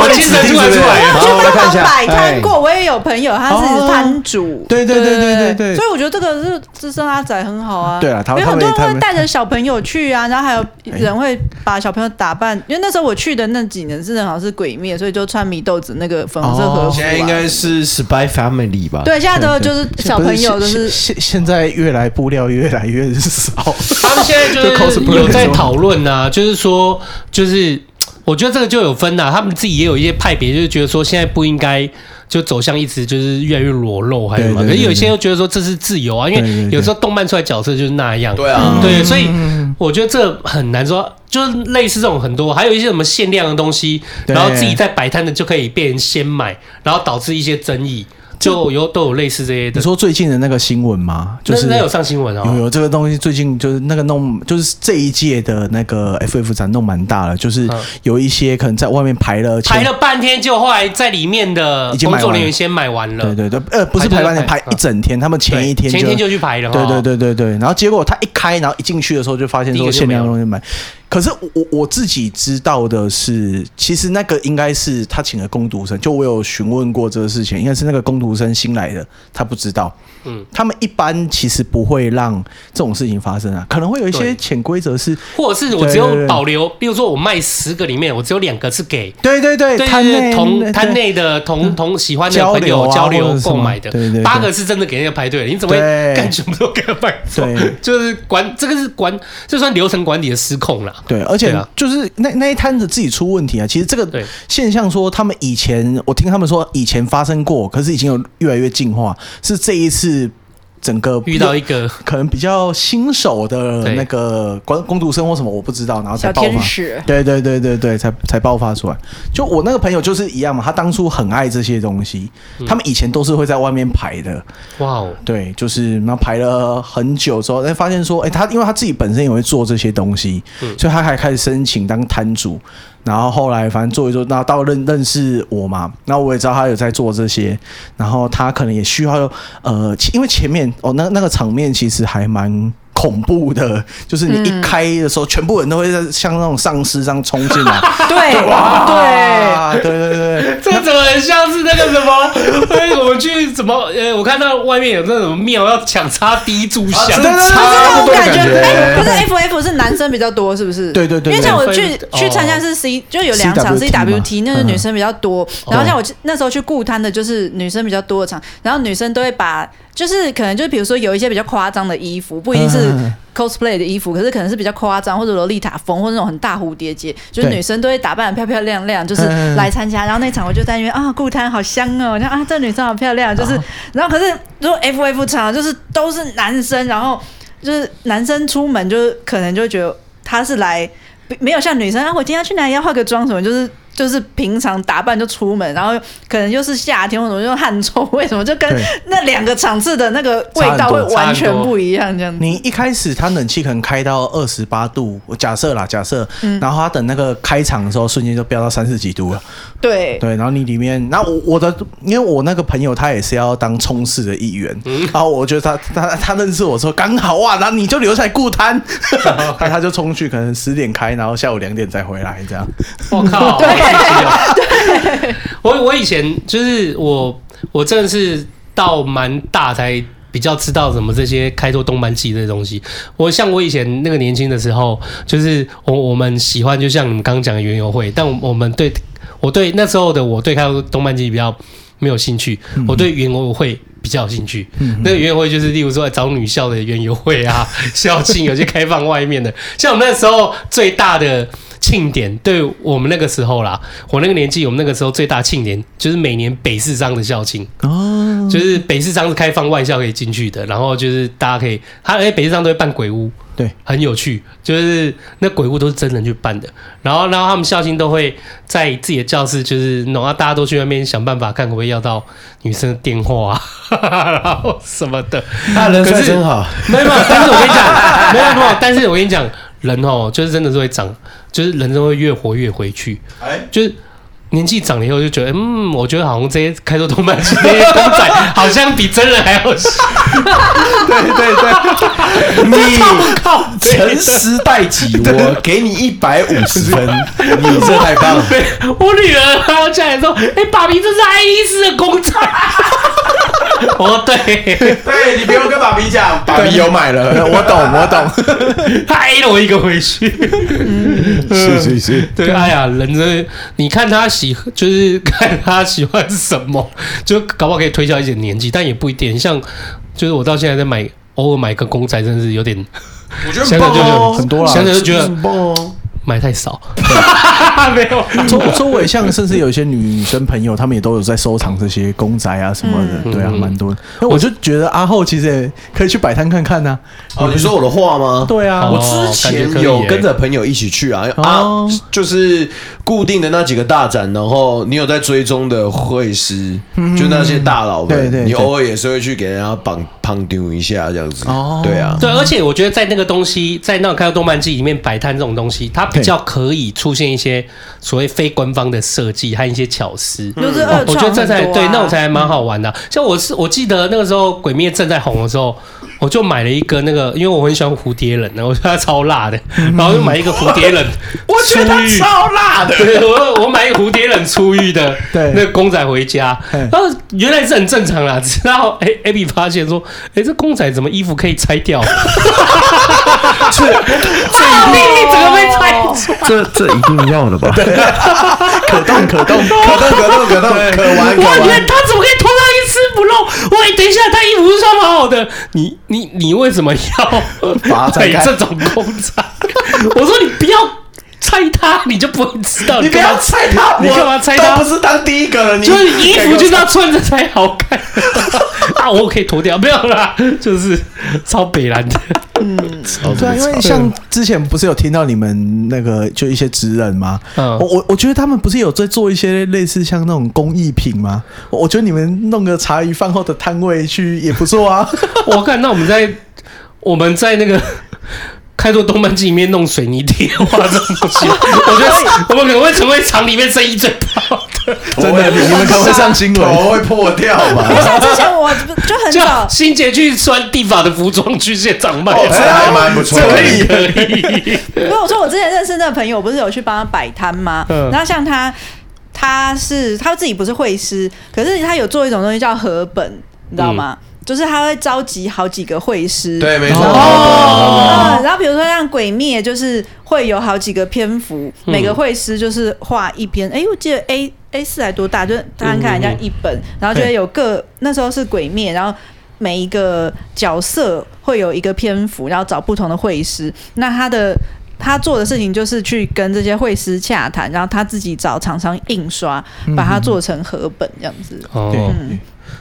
Speaker 3: 我精神突然出
Speaker 5: [laughs]
Speaker 3: 来了。
Speaker 5: 就
Speaker 4: 我来看一
Speaker 5: 刚刚
Speaker 4: 下
Speaker 5: 摆摊过，我也有朋友他是摊主。
Speaker 6: 哎哦对对对对对对
Speaker 5: 所以，我觉得这个是资深阿仔很好啊。
Speaker 6: 对啊他
Speaker 5: 因
Speaker 6: 们
Speaker 5: 为很多人
Speaker 6: 他们
Speaker 5: 会带着小朋友去
Speaker 6: [laughs]
Speaker 5: 啊，然后还有人会把小朋友打扮，因为那时候我去的那几年是正好是鬼灭，所以就穿米豆子那个粉红色
Speaker 6: 哦
Speaker 5: 和服、啊。
Speaker 4: 现在应该是 Spy Family 吧？
Speaker 5: 对，现在都 [laughs] 就是小朋友
Speaker 6: 不
Speaker 5: 都
Speaker 6: 现
Speaker 5: 是
Speaker 6: 现现在越来布料越来越少。
Speaker 3: 他们现在
Speaker 6: 就
Speaker 3: 就是
Speaker 6: cosplay
Speaker 3: 有在讨论啊，就是说，就是我觉得这个就有分呐、他们自己也有一些派别，就是觉得说现在不应该。就走向一直就是越来越裸露，还有什么？
Speaker 6: 对对对
Speaker 3: 可是有一些又觉得说这是自由啊，因
Speaker 6: 对对
Speaker 3: 为
Speaker 6: 对嗯
Speaker 3: 有时候动漫出来角色就是那样。嗯
Speaker 4: 对啊，
Speaker 3: 对，所以我觉得这很难说，就是类似这种很多，还有一些什么限量的东西，
Speaker 6: 对
Speaker 3: 然后自己在摆摊的就可以被人先买，然后导致一些争议，就有都有类似这些
Speaker 6: 你
Speaker 3: 的。
Speaker 6: 说最近的那个新闻吗？就是
Speaker 3: 那那有上新闻哦，
Speaker 6: 有有这个东西，最近就是那个弄，就是这一届的那个 FF 展弄蛮大了，就是
Speaker 3: 嗯
Speaker 6: 有一些可能在外面排了前
Speaker 3: 排了半天，就后来在里面的
Speaker 6: 已经买
Speaker 3: 工
Speaker 6: 完
Speaker 3: 作人员先买完了，
Speaker 6: 对对对，呃，不是
Speaker 3: 排
Speaker 6: 排
Speaker 3: 队
Speaker 6: 半天，
Speaker 3: 排
Speaker 6: 排一整天，他们前一天
Speaker 3: 前一天就去排了哈，
Speaker 6: 对对对对对，然后结果他一开，然后一进去的时候就发现
Speaker 3: 第一
Speaker 6: 说
Speaker 3: 个就
Speaker 6: 限量
Speaker 3: 没有
Speaker 6: 东西买。可是我我我自己知道的是，其实那个应该是他请的工读生，就我有询问过这个事情，应该是那个工读生新来的，他不知道。
Speaker 3: 嗯
Speaker 6: 嗯，他们一般其实不会让这种事情发生啊，可能会有一
Speaker 3: 对
Speaker 6: 些潜规则是，
Speaker 3: 或者是我只
Speaker 6: 对对
Speaker 3: 有
Speaker 6: 对
Speaker 3: 保留，比如说我卖十个里面，我只有两个是给
Speaker 6: 对对对，
Speaker 3: 对
Speaker 6: 摊
Speaker 3: 对
Speaker 6: 内
Speaker 3: 对，同摊
Speaker 6: 对
Speaker 3: 内的同同喜欢的朋
Speaker 6: 交流
Speaker 3: 友
Speaker 6: 啊
Speaker 3: 交流
Speaker 6: 或者什么
Speaker 3: 购买的，
Speaker 6: 对对对
Speaker 3: 八个是真的给人家排队的，你怎么会
Speaker 6: 对
Speaker 3: 干全部都给他买走
Speaker 6: 对？
Speaker 3: 就是管这个是管，这算流程管理的失控啦。
Speaker 6: 对，而
Speaker 3: 对
Speaker 6: 且
Speaker 3: 啊
Speaker 6: 就是那那一摊子自己出问题啊。其实这
Speaker 3: 对
Speaker 6: 个现象说，他们以前我听他们说以前发生过，可是已经有越来越进化，是这一次整个
Speaker 3: 遇到一个
Speaker 6: 可能比较新手的
Speaker 3: 对
Speaker 6: 那个工工读生或什么我不知道，然后才
Speaker 5: 小
Speaker 6: 爆
Speaker 5: 天
Speaker 6: 发。
Speaker 5: 使，
Speaker 6: 对对对对对，才才爆发出来。就我那个朋友就是一样嘛，他当初很爱这些东西，
Speaker 3: 嗯
Speaker 6: 他们以前都是会在外面排的，
Speaker 3: 哇哦，
Speaker 6: 对，就是那排了很久之后，哎，发现说，哎，他因为他自己本身也会做这些东西，所以他还开始申请当摊主。然后后来反正做一做，那到认认识我嘛，那我也知道他有在做这些，然后他可能也需要呃，其因为前面哦那那个场面其实还蛮。恐怖的，就是你一开的时候，全部人都会在像那种丧尸这样冲进来，
Speaker 5: 对
Speaker 6: [laughs]
Speaker 5: 对，
Speaker 6: 啊，对对对，
Speaker 3: 这个怎么很像是那个什么？ [laughs] 哎，我们去怎么？呃，我看到外面有那种庙要抢插第一炷
Speaker 6: 啊
Speaker 3: 香，
Speaker 7: 真的
Speaker 5: 这
Speaker 7: 差
Speaker 5: 种
Speaker 7: 不多的
Speaker 5: 感觉，哎，不
Speaker 7: 感
Speaker 5: 是 F F 是男生比较多，是不是？
Speaker 6: 对对对
Speaker 5: 因为像我去
Speaker 3: 对
Speaker 5: 去参加是 C，就有两场
Speaker 6: CWT
Speaker 5: C W T，
Speaker 6: 嘛嗯
Speaker 5: 那是女生比较多。然后
Speaker 3: 哦
Speaker 5: 像我去那时候去顾摊的，就是女生比较多的场，然后女生都会把，就是可能就比如说有一些比较夸张的衣服，不一定是
Speaker 6: 嗯
Speaker 5: cosplay 的衣服，可是可能是比较夸张或者洛丽塔风或者那种很大蝴蝶结，就是
Speaker 6: 对
Speaker 5: 女生都会打扮得漂漂亮亮，就是
Speaker 6: 嗯
Speaker 5: 来参加。然后那场我就在那边啊，顾摊好香哦，然后啊这女生好漂亮，就是
Speaker 3: 哦
Speaker 5: 然后可是如果 F F 场就是都是男生，然后就是男生出门就是可能就会觉得他是来没有像女生啊，我今天要去哪里要化个妆什么，就是。就是平常打扮就出门，然后可能又是夏天，或者就汗臭，为什么就跟
Speaker 6: 对
Speaker 5: 那两个场次的那个味道会完全不一样？这样子，
Speaker 6: 你一开始他冷气可能开到二十八度，我假设啦，假设，
Speaker 4: 嗯
Speaker 6: 然后他等那个开场的时候，瞬间就飙到三十几度了。
Speaker 5: 对，
Speaker 6: 对，然后你里面，那我我的，因为我那个朋友他也是要当冲刺的一员，
Speaker 4: 嗯
Speaker 6: 然后我觉得他他他认识我说刚好哇，然后你就留下来
Speaker 4: [laughs]
Speaker 6: 顾摊，那他就冲去，可能十点开，然后下午两点再回来这样。
Speaker 3: [laughs] 我靠！好刺激哦我我以前就是我我真的是到蛮大才比较知道怎么这些开拓动漫季这些东西。我像我以前那个年轻的时候，就是我我们喜欢就像你们刚刚讲的园游会，但我我们对我对那时候的我对开拓动漫季比较没有兴趣，我对园游会。比较有兴趣，那个园游会就是，例如说找女校的园游会啊，校庆有些开放外面的，像我们那时候最大的庆典，对我们那个时候啦，我那个年纪，我们那个时候最大庆典就是每年北市商的校庆，
Speaker 6: 哦，
Speaker 3: 就是北市商是开放外校可以进去的，然后就是大家可以，他而且北市商都会办鬼屋，
Speaker 6: 对，
Speaker 3: 很有趣，就是那鬼屋都是真人去办的，然后然后他们校庆都会在自己的教室就是弄，啊，大家都去那边想办法看可不可以要到女生的电话啊， [laughs] 然后什么的，
Speaker 6: 他人
Speaker 3: 可
Speaker 6: 帅
Speaker 3: 是
Speaker 6: 真好，
Speaker 3: 没有，没有，但是我跟你讲，没有，没有，但是我跟你讲，人哦，就是真的是会长，就是人都会越活越回去，就是。年纪长了以后就觉得，嗯，我觉得好像这些开拓动漫这些公仔，好像比真人还要
Speaker 4: 对对对， [laughs] 你
Speaker 3: 靠
Speaker 4: 诚实待己，我给你一百五十分， [laughs] 你这太棒了。
Speaker 3: 我女儿她要下来说，哎、爸比，这是爱丽丝的公仔。 [laughs] 哦，对，
Speaker 4: [laughs] 对你不用跟爸比讲，爸比有买了，我懂我懂。
Speaker 3: 她 A 了我一个回去。
Speaker 7: 觉是是是，
Speaker 3: 对，哎呀，人真的，你看他喜，就是 [laughs] 看他喜欢什么， [laughs] 就搞不好可以推销一点年纪，但也不一定。像，就是我到现在在买，偶尔买个公仔，真的是有点，
Speaker 4: 我觉得
Speaker 3: 想想就觉得
Speaker 6: 很多啦
Speaker 3: 想想就觉得
Speaker 4: 棒哦。
Speaker 3: 买太少，没有。
Speaker 6: 周周围像甚至有一些女生朋友，她们也都有在收藏这些公仔啊什么的，
Speaker 3: 嗯
Speaker 6: 对啊，蛮多的。那我就觉得阿厚其实也可以去摆摊看看呐、
Speaker 4: 哦，你说我的话吗？
Speaker 6: 对啊，
Speaker 3: 哦
Speaker 4: 我之前有跟着朋友一起去啊、
Speaker 6: 哦
Speaker 4: 啊，就是固定的那几个大展，然后你有在追踪的会师，
Speaker 3: 嗯
Speaker 4: 就那些大佬们，
Speaker 6: 对对对
Speaker 4: 你偶尔也是会去给人家绑胖丢一下这样子。
Speaker 6: 哦
Speaker 4: 对啊，
Speaker 3: [laughs] 对，而且我觉得在那个东西，在那种看到动漫季里面摆摊这种东西，它比较可以出现一些所谓非官方的设计和一些巧思。
Speaker 5: 就是二创很多
Speaker 3: 哦嗯我
Speaker 5: 啊、
Speaker 3: 觉得这才对，那种
Speaker 5: [laughs]
Speaker 3: 才蛮好玩的啊、像我是我记得那个时候《鬼灭》正在红的时候，我就买了一个那个，因为我很喜欢蝴蝶忍的，我觉得它超辣的，然后就买一个蝴蝶忍，嗯 [laughs] 我觉得它超辣的。对，我我买一个蝴蝶忍出狱 [laughs] 的
Speaker 6: 对
Speaker 3: 那个公仔回家，
Speaker 6: 嘿
Speaker 3: 然后原来是很正常啦，直到哎 Abby 发现说，哎这公仔怎么衣服可以拆掉？这一定整个被拆出，
Speaker 7: 这这一定要的
Speaker 4: [laughs]
Speaker 7: 吧？
Speaker 6: 可动可
Speaker 4: 可
Speaker 6: 动，
Speaker 4: 动可动可动，可玩可
Speaker 3: 我觉
Speaker 4: 玩
Speaker 3: 得。他怎么可以脱到一丝不露？喂，等一下，他衣服是穿好好的，你你你为什么要 [laughs]
Speaker 4: 把它拆
Speaker 3: 买 [laughs]
Speaker 4: 开
Speaker 3: 这种公仔？我说你不要猜他，你就不会知道。
Speaker 4: 你不要
Speaker 3: 干嘛
Speaker 4: 猜他，
Speaker 3: 你
Speaker 4: 我
Speaker 3: 干嘛猜他
Speaker 4: 都不是当第一个了，你
Speaker 3: 就是你衣服
Speaker 4: 啊
Speaker 3: 就是要穿着才好看 [laughs] 啊！我可以脱掉，没有啦，就是超北蓝的。
Speaker 4: 哦
Speaker 6: 对啊，因为像之前不是有听到你们那个就一些职人吗？
Speaker 3: 嗯
Speaker 6: 我我我觉得他们不是有在做一些类似像那种工艺品吗？我我觉得你们弄个茶余饭后的摊位去也不错啊。
Speaker 3: 我看那我们在我们在那个开拓动漫季里面弄水泥贴画这种东西，我觉得我们可能会成为厂里面生意最棒的。
Speaker 6: 真的，你们可能会上新闻。
Speaker 4: 头会破掉嘛？
Speaker 3: [laughs]
Speaker 5: 像之前 [laughs] 我就很
Speaker 3: 就
Speaker 5: 早，
Speaker 3: 新杰去穿地法的服装去现场卖，
Speaker 4: 哦，这还蛮不错
Speaker 3: 哎这
Speaker 4: 的，
Speaker 3: 可以可以。
Speaker 5: 因为我说我之前认识那个朋友，我不是有去帮他摆摊吗？然后像他，他是他自己不是会师，可是他有做一种东西叫和本，你知道吗？就是他会召集好几个会师，
Speaker 4: 对，没错。
Speaker 3: 哦
Speaker 5: 嗯，然后比如说像《鬼灭》，就是会有好几个篇幅，每个会师就是画一篇。哎、我记得 A A 四还多大，就是摊开来这样一本，然后就会有各那时候是《鬼灭》，然后。每一个角色会有一个篇幅，然后找不同的会师。那他的他做的事情就是去跟这些会师洽谈，然后他自己找厂商印刷，把它做成和本这样子。
Speaker 6: [laughs]
Speaker 3: 哦，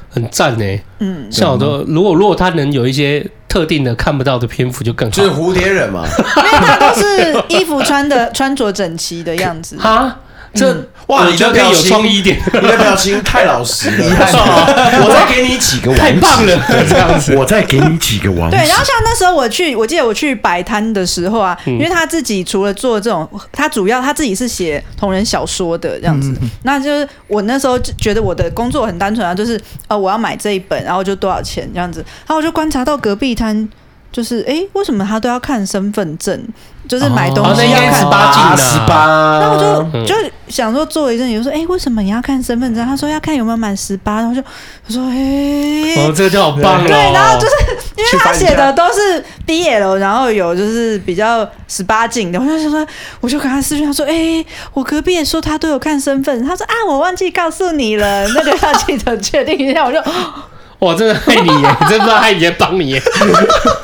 Speaker 3: 很赞呢。
Speaker 5: 嗯，
Speaker 3: 像我都，如果如果他能有一些特定的看不到的篇幅，就更
Speaker 4: 就是
Speaker 3: 好。
Speaker 4: 蝴蝶忍嘛，
Speaker 5: 因为他都是衣服穿的穿着整齐的样子。
Speaker 3: 哈，这
Speaker 4: 嗯哇
Speaker 3: 我
Speaker 4: 你
Speaker 3: 觉
Speaker 4: 的
Speaker 3: 得可
Speaker 4: 表
Speaker 3: 呃以有
Speaker 4: 情
Speaker 3: 创意一点，
Speaker 4: [laughs] 你的表情太老
Speaker 3: [laughs]
Speaker 4: 实了， [laughs] 我再给你几个王子，
Speaker 3: 太 [laughs] 棒
Speaker 4: [laughs]
Speaker 3: 了，这样子。
Speaker 4: 我再给你几个王子
Speaker 5: 对，然后像那时候我去，我记得我去摆摊的时候啊，
Speaker 3: 嗯
Speaker 5: 因为他自己除了做这种，他主要他自己是写同人小说的这样
Speaker 3: 嗯
Speaker 5: 子。那就是我那时候就觉得我的工作很单纯啊，就是呃我要买这一本，然后就多少钱这样子。然后我就观察到隔壁摊，就是诶，为什么他都要看身份证？就是买东
Speaker 3: 哦那
Speaker 5: 西
Speaker 3: 应
Speaker 5: 要
Speaker 3: 该
Speaker 5: 看
Speaker 3: 是八嗯禁啊
Speaker 4: 十八，
Speaker 5: 那我就就想说做了一阵，有说哎、诶为什么你要看身份证？他说要看有没有满十八，然后我就我说哎，
Speaker 3: 哦，这个就好棒哦。
Speaker 5: 对，然后就是因为他写的都是 BL，然后有就是比较十八禁的，我就想说，我就跟他私讯，他说：“哎、我隔壁也说他都有看身份，他说啊，我忘记告诉你了，那个要记得确定一下。”我就
Speaker 3: 哇，真的害你
Speaker 5: [laughs]
Speaker 3: 耶，真的害你，帮你耶， [laughs]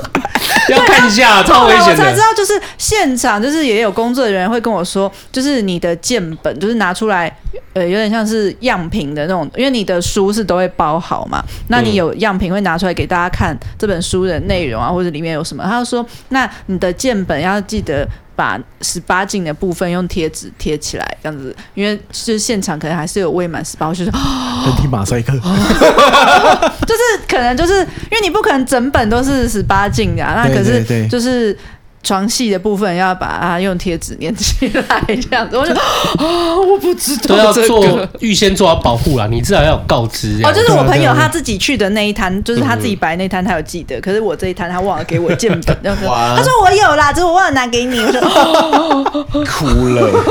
Speaker 3: 要看一下，啊超
Speaker 5: 后
Speaker 3: 危
Speaker 5: 来啊我
Speaker 3: 险
Speaker 5: 才知
Speaker 3: 的。
Speaker 5: 道，就是现场就是也有工作人员会跟我说，就是你的建本就是拿出来，呃，有点像是样品的那种，因为你的书是都会包好嘛，那你有样品会拿出来给大家看这本书的内容啊，或者里面有什么。他就说，那你的建本要记得。把十八禁的部分用贴纸贴起来，这样子，因为就是现场可能还是有未满十八，我就是
Speaker 6: 人体马赛克，
Speaker 5: 就是可能就是因为你不可能整本都是十八禁的、啊，那
Speaker 6: 对
Speaker 5: 可
Speaker 6: 对
Speaker 5: 是
Speaker 6: 对
Speaker 5: 就是床戏的部分要把它用贴纸粘起来这样子，我就啊、我不知
Speaker 3: 都要
Speaker 5: 道这
Speaker 3: 做
Speaker 5: 个。
Speaker 3: 预先做好保护啦，你至少要有告知。
Speaker 5: 哦，就是
Speaker 6: 对
Speaker 5: 我
Speaker 6: 啊
Speaker 5: 朋友
Speaker 6: 对啊
Speaker 5: 他自己去的那一摊，就是他自己摆那摊，他有记得，可是我这一摊他忘了给我建本，然后说
Speaker 4: 哇
Speaker 5: 他说我有啦，只是我忘了拿给你。我说哦
Speaker 4: 哭了，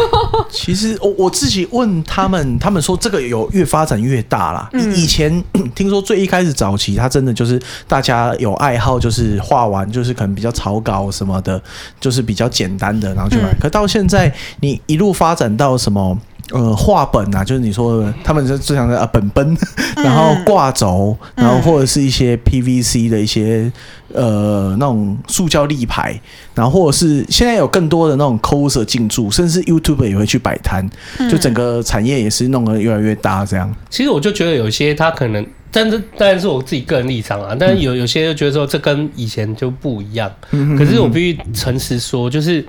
Speaker 6: 其实我我自己问他们，他们说这个有越发展越大啦。以前 [clears throat] 听说最一开始早期，他真的就是大家有爱好，就是画完就是可能比较草稿什么的，就是比较简单的，然后就买。可到现在，你一路发展到什么？呃，画本啊，就是你说的，他们就最想的啊，本本，然后挂轴，然后或者是一些 PVC 的一些呃那种塑胶立牌，然后或者是现在有更多的那种 coser 进驻，甚至 YouTuber 也会去摆摊，就整个产业也是弄得越来越大这样。
Speaker 3: 其实我就觉得有些他可能，但是当然是我自己个人立场啊，但是有有些就觉得说这跟以前就不一样。可是我必须诚实说，就是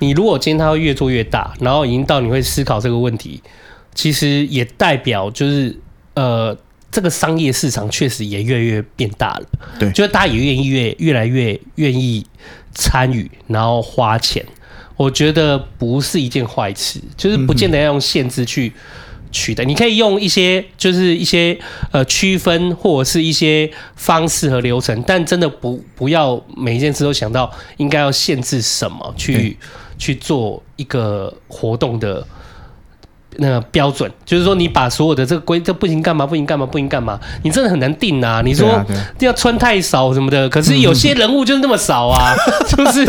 Speaker 3: 你如果今天它会越做越大，然后已经到你会思考这个问题，其实也代表就是呃，这个商业市场确实也越来越变大了。
Speaker 6: 对
Speaker 3: 就是大家也愿意越越来越愿意参与，然后花钱。我觉得不是一件坏事，就是不见得要用限制去取代。你可以用一些就是一些呃区分或者是一些方式和流程，但真的不不要每一件事都想到应该要限制什么去去做一个活动的。那个标准就是说，你把所有的这个规，这不行干嘛，不行干嘛，不行干嘛，你真的很难定啊！你说、
Speaker 6: 对啊对啊
Speaker 3: 要穿太少什么的，可是有些人物就是那么少啊，就是，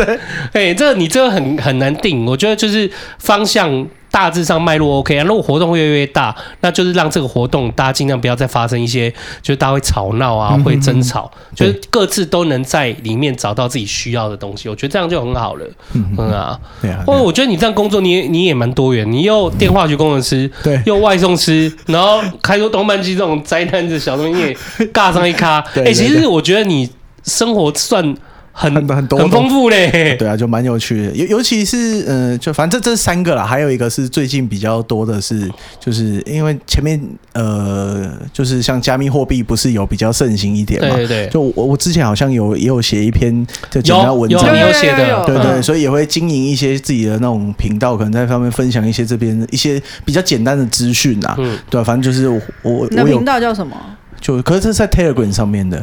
Speaker 3: 哎、这你这个很很难定。我觉得就是方向大致上脉络 OK 啊。如果活动越来越大，那就是让这个活动大家尽量不要再发生一些，就是大家会吵闹啊，会争吵，就是各自都能在里面找到自己需要的东西。我觉得这样就很好了，嗯啊。
Speaker 6: 对啊，
Speaker 3: 或者我觉得你这样工作你，也你也蛮多元，你又电话局工程师，
Speaker 6: 对
Speaker 3: 又外送师， [laughs] 然后开出动漫机这种灾难的小东西，你也尬上一咖。哎、
Speaker 6: [laughs] 对对
Speaker 3: 其
Speaker 6: 对
Speaker 3: 实我觉得你生活算很
Speaker 6: 很很多
Speaker 3: 很丰富嘞。
Speaker 6: 对啊，就蛮有趣的，尤尤其是呃，就反正这这三个啦，还有一个是最近比较多的是，就是因为前面呃，就是像加密货币不是有比较盛行一点嘛？
Speaker 3: 对对对
Speaker 6: 就我我之前好像有也有写一篇就简单
Speaker 3: 有
Speaker 6: 文
Speaker 3: 有
Speaker 6: 章
Speaker 3: 你
Speaker 5: 有
Speaker 3: 有
Speaker 5: 有
Speaker 3: 写
Speaker 5: 有
Speaker 3: 的，
Speaker 5: 有
Speaker 6: 对对，
Speaker 3: 嗯
Speaker 6: 所以也会经营一些自己的那种频道，可能在上面分享一些这边一些比较简单的资讯啊，
Speaker 3: 嗯
Speaker 6: 对啊，反正就是我我
Speaker 5: 你的
Speaker 6: 我有
Speaker 5: 频道叫什么？
Speaker 6: 就，可是这是在 Telegram 上面的，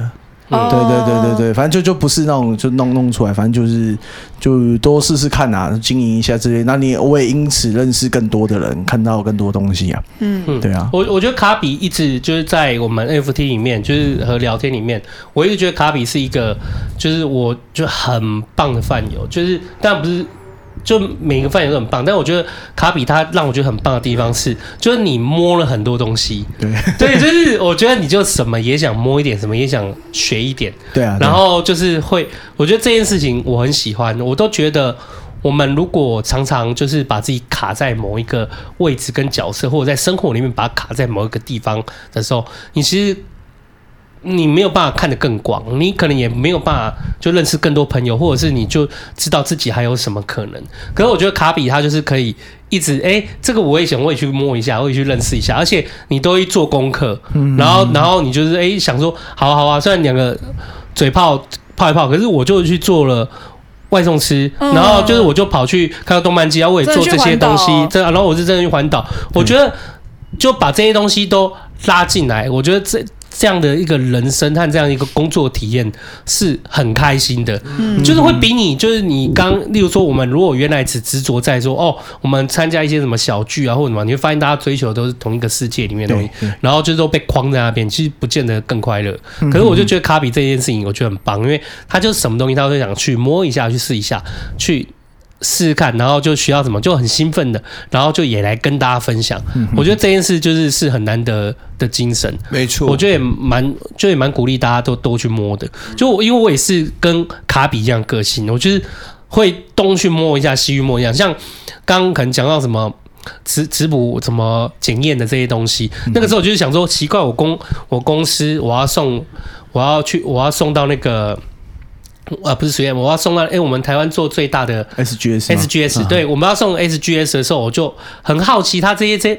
Speaker 5: 哦
Speaker 3: 嗯
Speaker 6: 对对对对对，反正就就不是那种就弄弄出来，反正就是就多试试看啊，经营一下之类。那你我也因此认识更多的人，看到更多东西啊。
Speaker 5: 嗯，
Speaker 3: 嗯
Speaker 6: 对啊
Speaker 3: 我我觉得卡比一直就是在我们 FT 里面，就是和聊天里面，我一直觉得卡比是一个，就是我就很棒的饭友，就是但不是。就每个饭友都很棒，但我觉得卡比他让我觉得很棒的地方是，就是你摸了很多东西，
Speaker 6: 对
Speaker 3: 对，就是我觉得你就什么也想摸一点，什么也想学一点，
Speaker 6: 对啊，
Speaker 3: 然后就是会，我觉得这件事情我很喜欢，我都觉得我们如果常常就是把自己卡在某一个位置跟角色，或者在生活里面把它卡在某一个地方的时候，你其实。你没有办法看得更广，你可能也没有办法就认识更多朋友，或者是你就知道自己还有什么可能。可是我觉得卡比他就是可以一直哎、诶这个我也想，我也去摸一下，我也去认识一下，而且你都会做功课，然后然后你就是哎、诶想说，好啊好啊，虽然两个嘴炮泡一泡，可是我就去做了。外送吃，
Speaker 5: 嗯
Speaker 3: 然后就是我就跑去看到动漫机啊，我也做这些东西
Speaker 5: 真的去环岛，哦
Speaker 3: 这然后我是真的去环岛，我觉得就把这些东西都拉进来，我觉得这这样的一个人生和这样一个工作体验是很开心的，就是会比你就是你刚，例如说我们如果原来只执着在说哦，我们参加一些什么小剧啊或者什么，你会发现大家追求的都是同一个世界里面的东西，然后就是都被框在那边，其实不见得更快乐。可是我就觉得卡比这件事情，我觉得很棒，因为他就是什么东西他都想去摸一下、去试一下、去试试看，然后就学到什么就很兴奋的，然后就也来跟大家分享。我觉得这件事就是是很难得的精神。
Speaker 4: 没错
Speaker 3: 我觉得也蛮，就也蛮鼓励大家都都去摸的。就我，因为我也是跟卡比一样个性，我就是会东去摸一下，西去摸一下。像刚刚可能讲到什么质质补、什么检验的这些东西，那个时候我就是想说，奇怪，我公我公司我要送，我要去，我要送到那个。啊，不是实验，我要送到哎、我们台湾做最大的
Speaker 6: SGS 吗
Speaker 3: SGS，
Speaker 6: 啊
Speaker 3: 对，我们要送 SGS 的时候，我就很好奇它这些这。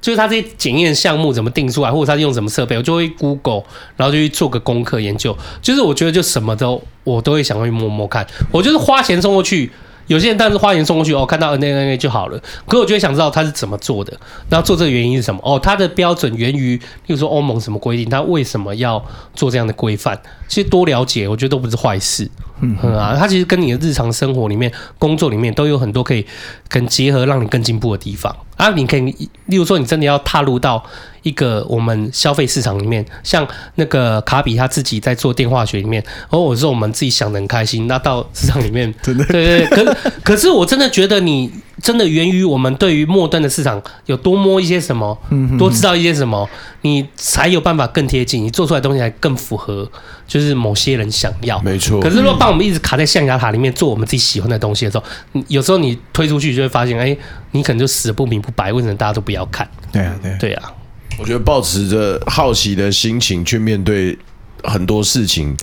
Speaker 3: 就是它这些检验项目怎么定出来，或者它是用什么设备，我就会 Google，然后就去做个功课研究。就是我觉得就什么都我都会想要去摸摸看。我就是花钱送过去，有些人但是花钱送过去哦，看到 N N N 就好了。可我就会想知道它是怎么做的，然后做这个原因是什么？哦，它的标准源于，例如说欧盟什么规定，它为什么要做这样的规范？其实多了解，我觉得都不是坏事。嗯啊，它其实跟你的日常生活里面、工作里面都有很多可以跟结合，让你更进步的地方啊。你可以，例如说，你真的要踏入到一个我们消费市场里面，像那个卡比他自己在做电化学里面，然后我说我们自己想的很开心，那到市场里面， [laughs] 真的对对对，可可是我真的觉得你真的源于我们对于末端的市场有多摸一些什么，多知道一些什么，你才有办法更贴近，你做出来的东西才更符合，就是某些人想要。
Speaker 4: 没错
Speaker 3: 可是如果把我们一直卡在象牙塔里面做我们自己喜欢的东西的时候，你有时候你推出去就会发现，哎、你可能就死得不明不白，为什么大家都不要看？
Speaker 6: 对啊对啊
Speaker 3: 对啊，
Speaker 4: 我觉得抱持着好奇的心情去面对很多事情，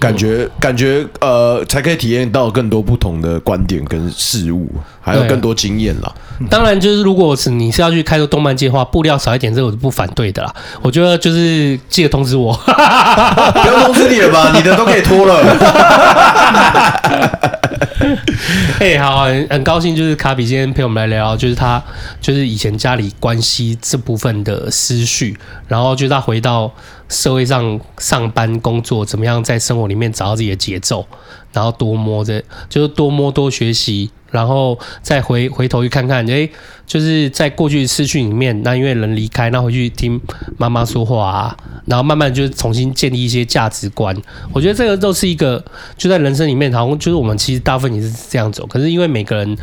Speaker 4: 感
Speaker 3: 嗯
Speaker 4: 觉、感觉呃，才可以体验到更多不同的观点跟事物，还有
Speaker 3: 对啊
Speaker 4: 更多经验啦。
Speaker 3: 当然就是如果是你是要去开拓动漫界的话，布料少一点，这个我是不反对的啦。我觉得就是记得通知我。 [laughs]
Speaker 4: 不要通知你了吧，你的都可以脱
Speaker 3: [laughs]
Speaker 4: 了。
Speaker 3: 嘿，好啊，很很高兴，就是卡比今天陪我们来聊，就是他就是以前家里关系这部分的思绪，然后就是他回到社会上上班工作，怎么样在生活里面找到自己的节奏，然后多摸着，就是多摸多学习，然后再回回头去看看，诶，就是在过去的失去里面，那因为人离开，那回去听妈妈说话啊，然后慢慢就是重新建立一些价值观。我觉得这个都是一个就在人生里面，好像就是我们其实大部分也是这样走，可是因为每个人。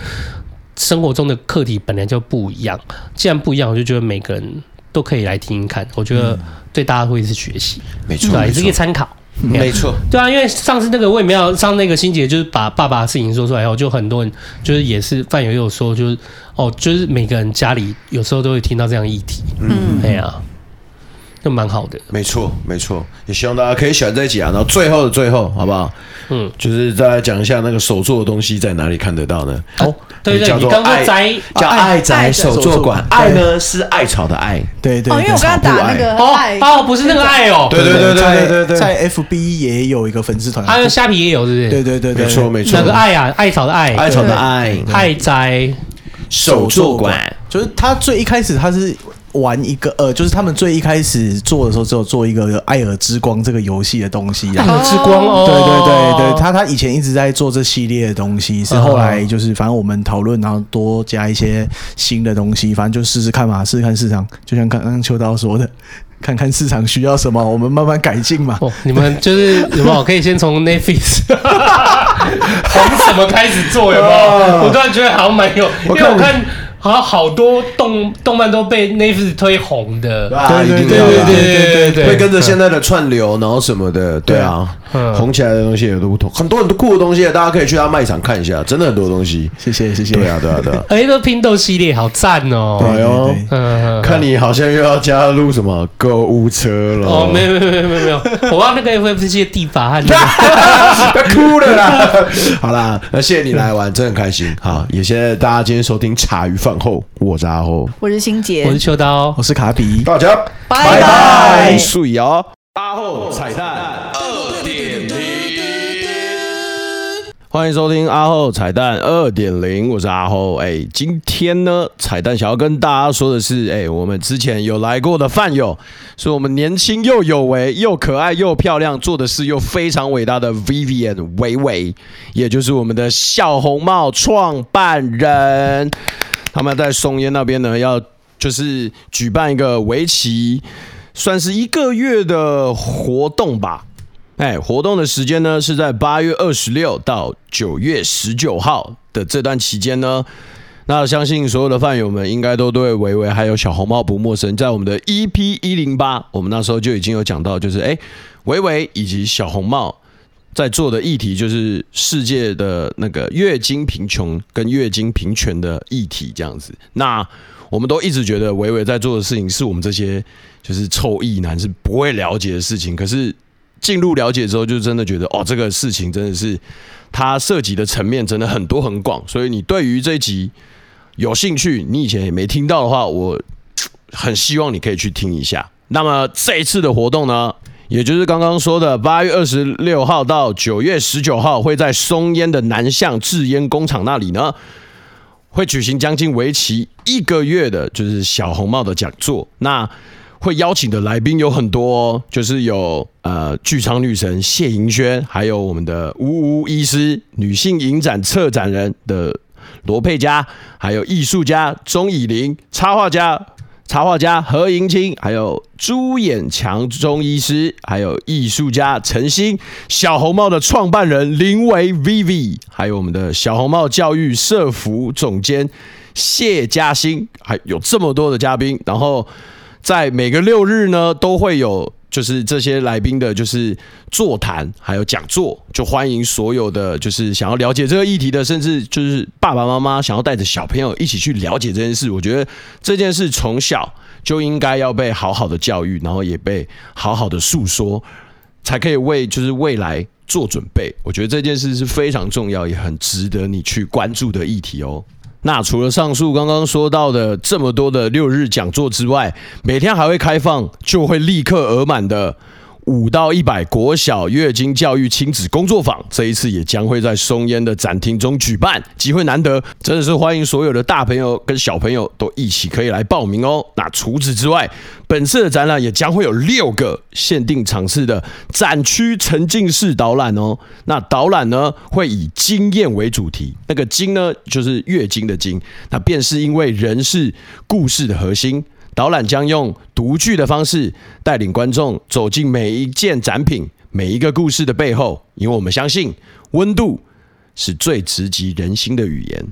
Speaker 3: 生活中的课题本来就不一样。既然不一样，我就觉得每个人都可以来听听看，我觉得对大家会是学习，
Speaker 4: 没错，
Speaker 3: 对啊，
Speaker 4: 没
Speaker 3: 也是可以
Speaker 4: 错，
Speaker 3: 参考。
Speaker 4: 没错，
Speaker 3: 对啊，因为上次那个魏苗上那个心姐就是把爸爸的事情说出来后，就很多人就是也是范友有说，就是哦，就是每个人家里有时候都会听到这样的议题，嗯，哎呀、就蛮好的。
Speaker 4: 没错，没错，也希望大家可以喜欢这一集啊。然后最后的最后，好不好？
Speaker 3: 嗯，
Speaker 4: 就是再来讲一下那个手作的东西在哪里看得到呢？
Speaker 3: 哦，对对，
Speaker 4: 叫
Speaker 3: 你
Speaker 4: 做
Speaker 3: 刚刚
Speaker 4: 爱
Speaker 3: 宅
Speaker 4: 叫爱宅手作馆，
Speaker 6: 爱
Speaker 4: 爱
Speaker 6: 宅手作馆
Speaker 4: 呢是艾草的爱，
Speaker 6: 对对
Speaker 5: 哦，因为我
Speaker 6: 对
Speaker 5: 刚刚打那个
Speaker 3: 哦
Speaker 5: 爱，
Speaker 3: 哦，不是那个爱哦，
Speaker 4: 对对对对
Speaker 6: 在
Speaker 4: 对对
Speaker 6: 在 FB 也有一个粉丝团，
Speaker 3: 还有虾皮也有，是不是？
Speaker 6: 对对对对，
Speaker 4: 没错没错，
Speaker 3: 哪个爱啊？艾草的爱，
Speaker 4: 艾草的爱，
Speaker 3: 爱宅
Speaker 4: 手作馆，
Speaker 6: 就是他最一开始他是玩一个呃，就是他们最一开始做的时候，只有做一个《艾尔之光》这个游戏的东西
Speaker 3: 爱
Speaker 6: 啊。
Speaker 3: 的之光哦，
Speaker 6: 对对对对，他他以前一直在做这系列的东西，是后来就是反正我们讨论，然后多加一些新的东西，反正就试试看嘛，试试看市场，就像刚刚秋刀说的， [laughs] 看看市场需要什么，我们慢慢改进嘛。
Speaker 3: 哦，你们就是有没有可以先从 Netflix 从什么开始做有没有？我突然觉得好像蛮有，因为我看好像好多动动漫都被 Netflix 推红的。
Speaker 4: 啊
Speaker 6: 对对
Speaker 4: 一定要的啊
Speaker 6: 对对
Speaker 3: 对
Speaker 4: 会跟着现在的串流，然后什么的，对啊，
Speaker 3: 嗯
Speaker 4: 红起来的东西也都不同，很多很多酷的东西，大家可以去他卖场看一下，真的很多东西。
Speaker 6: 谢谢谢谢，
Speaker 4: 对啊，对啊，对啊。
Speaker 3: 哎，这拼豆系列好赞
Speaker 6: 对
Speaker 3: 哦！
Speaker 4: 哎呦
Speaker 6: 对，对
Speaker 3: 嗯，
Speaker 4: 看你好像又要加入什么购物车了。
Speaker 3: 哦，
Speaker 4: [laughs]
Speaker 3: 没有没有没有没有没有，我忘那个 FFC 的地法和
Speaker 4: 要哭了
Speaker 3: [laughs]
Speaker 4: 啦！好啦，那谢谢你来玩，真的很开心。好，也谢谢大家今天收听茶余饭后，我是阿后，
Speaker 5: 我是心
Speaker 3: 我
Speaker 5: 杰
Speaker 3: 是，秋刀
Speaker 6: 哦我，是卡比，
Speaker 4: 大家
Speaker 5: 拜
Speaker 4: 拜，
Speaker 5: 拜
Speaker 4: 素瑶、阿后彩蛋二点零，欢迎收听阿后彩蛋二点零，我是阿后。哎，今天呢，彩蛋想要跟大家说的是，哎，我们之前有来过的饭友，是我们年轻又有为、又可爱又漂亮、做的事又非常伟大的 Vivian 维维，也就是我们的笑红帽创办人。他们在松烟那边呢，要就是举办一个为期算是一个月的活动吧。哎，活动的时间呢是在八月二十六到九月十九号的这段期间呢。那相信所有的饭友们应该都对维维还有小红帽不陌生，在我们的 EP 一零八，我们那时候就已经有讲到，就是哎，维维以及小红帽在做的议题就是世界的那个月经贫穷跟月经平权的议题这样子。那我们都一直觉得伟伟在做的事情是我们这些就是臭意男是不会了解的事情，可是进入了解之后，就真的觉得哦，这个事情真的是它涉及的层面真的很多很广。所以你对于这一集有兴趣，你以前也没听到的话，我很希望你可以去听一下。那么这一次的活动呢，也就是刚刚说的八月二十六号到九月十九号，会在松烟的南巷制烟工厂那里呢，会举行将近为期一个月的，就是小红帽的讲座。那会邀请的来宾有很多、哦，就是有呃剧场女神谢盈萱，还有我们的呜呜医师、女性影展策展人的罗佩佳，还有艺术家钟以玲、插画家插画家何银清，还有朱衍强中医师，还有艺术家陈星，小红帽的创办人林维 Vivi，还有我们的小红帽教育社服总监谢嘉欣，还有这么多的嘉宾。然后在每个六日呢，都会有就是这些来宾的，就是座谈还有讲座，就欢迎所有的就是想要了解这个议题的，甚至就是爸爸妈妈想要带着小朋友一起去了解这件事。我觉得这件事从小就应该要被好好的教育，然后也被好好的诉说，才可以为就是未来做准备。我觉得这件事是非常重要，也很值得你去关注的议题哦。那除了上述刚刚说到的这么多的六日讲座之外，每天还会开放就会立刻额满的五到一百国小月经教育亲子工作坊，这一次也将会在松烟的展厅中举办，机会难得，真的是欢迎所有的大朋友跟小朋友都一起可以来报名哦。那除此之外，本次的展览也将会有六个限定场次的展区沉浸式导览哦。那导览呢会以经验为主题，那个经呢就是月经的经，那便是因为人是故事的核心。导览将用读剧的方式带领观众走进每一件展品、每一个故事的背后，因为我们相信温度是最直击人心的语言。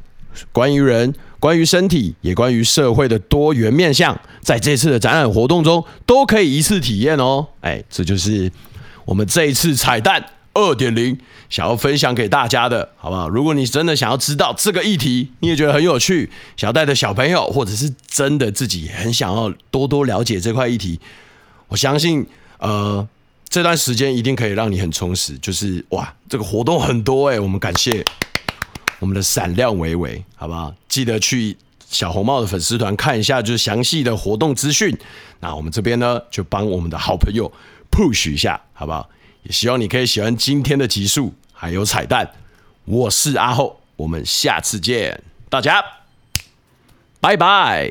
Speaker 4: 关于人、关于身体，也关于社会的多元面向，在这次的展览活动中都可以一次体验哦。哎，这就是我们这一次彩蛋二点零想要分享给大家的，好不好？如果你真的想要知道这个议题，你也觉得很有趣，想要带着小朋友，或者是真的自己也很想要多多了解这块议题，我相信，呃，这段时间一定可以让你很充实。就是哇，这个活动很多哎、我们感谢我们的闪亮维维，好不好？记得去小红帽的粉丝团看一下，就是详细的活动资讯。那我们这边呢，就帮我们的好朋友 push 一下，好不好？也希望你可以喜欢今天的集数，还有彩蛋。我是阿厚，我们下次见，大家拜拜。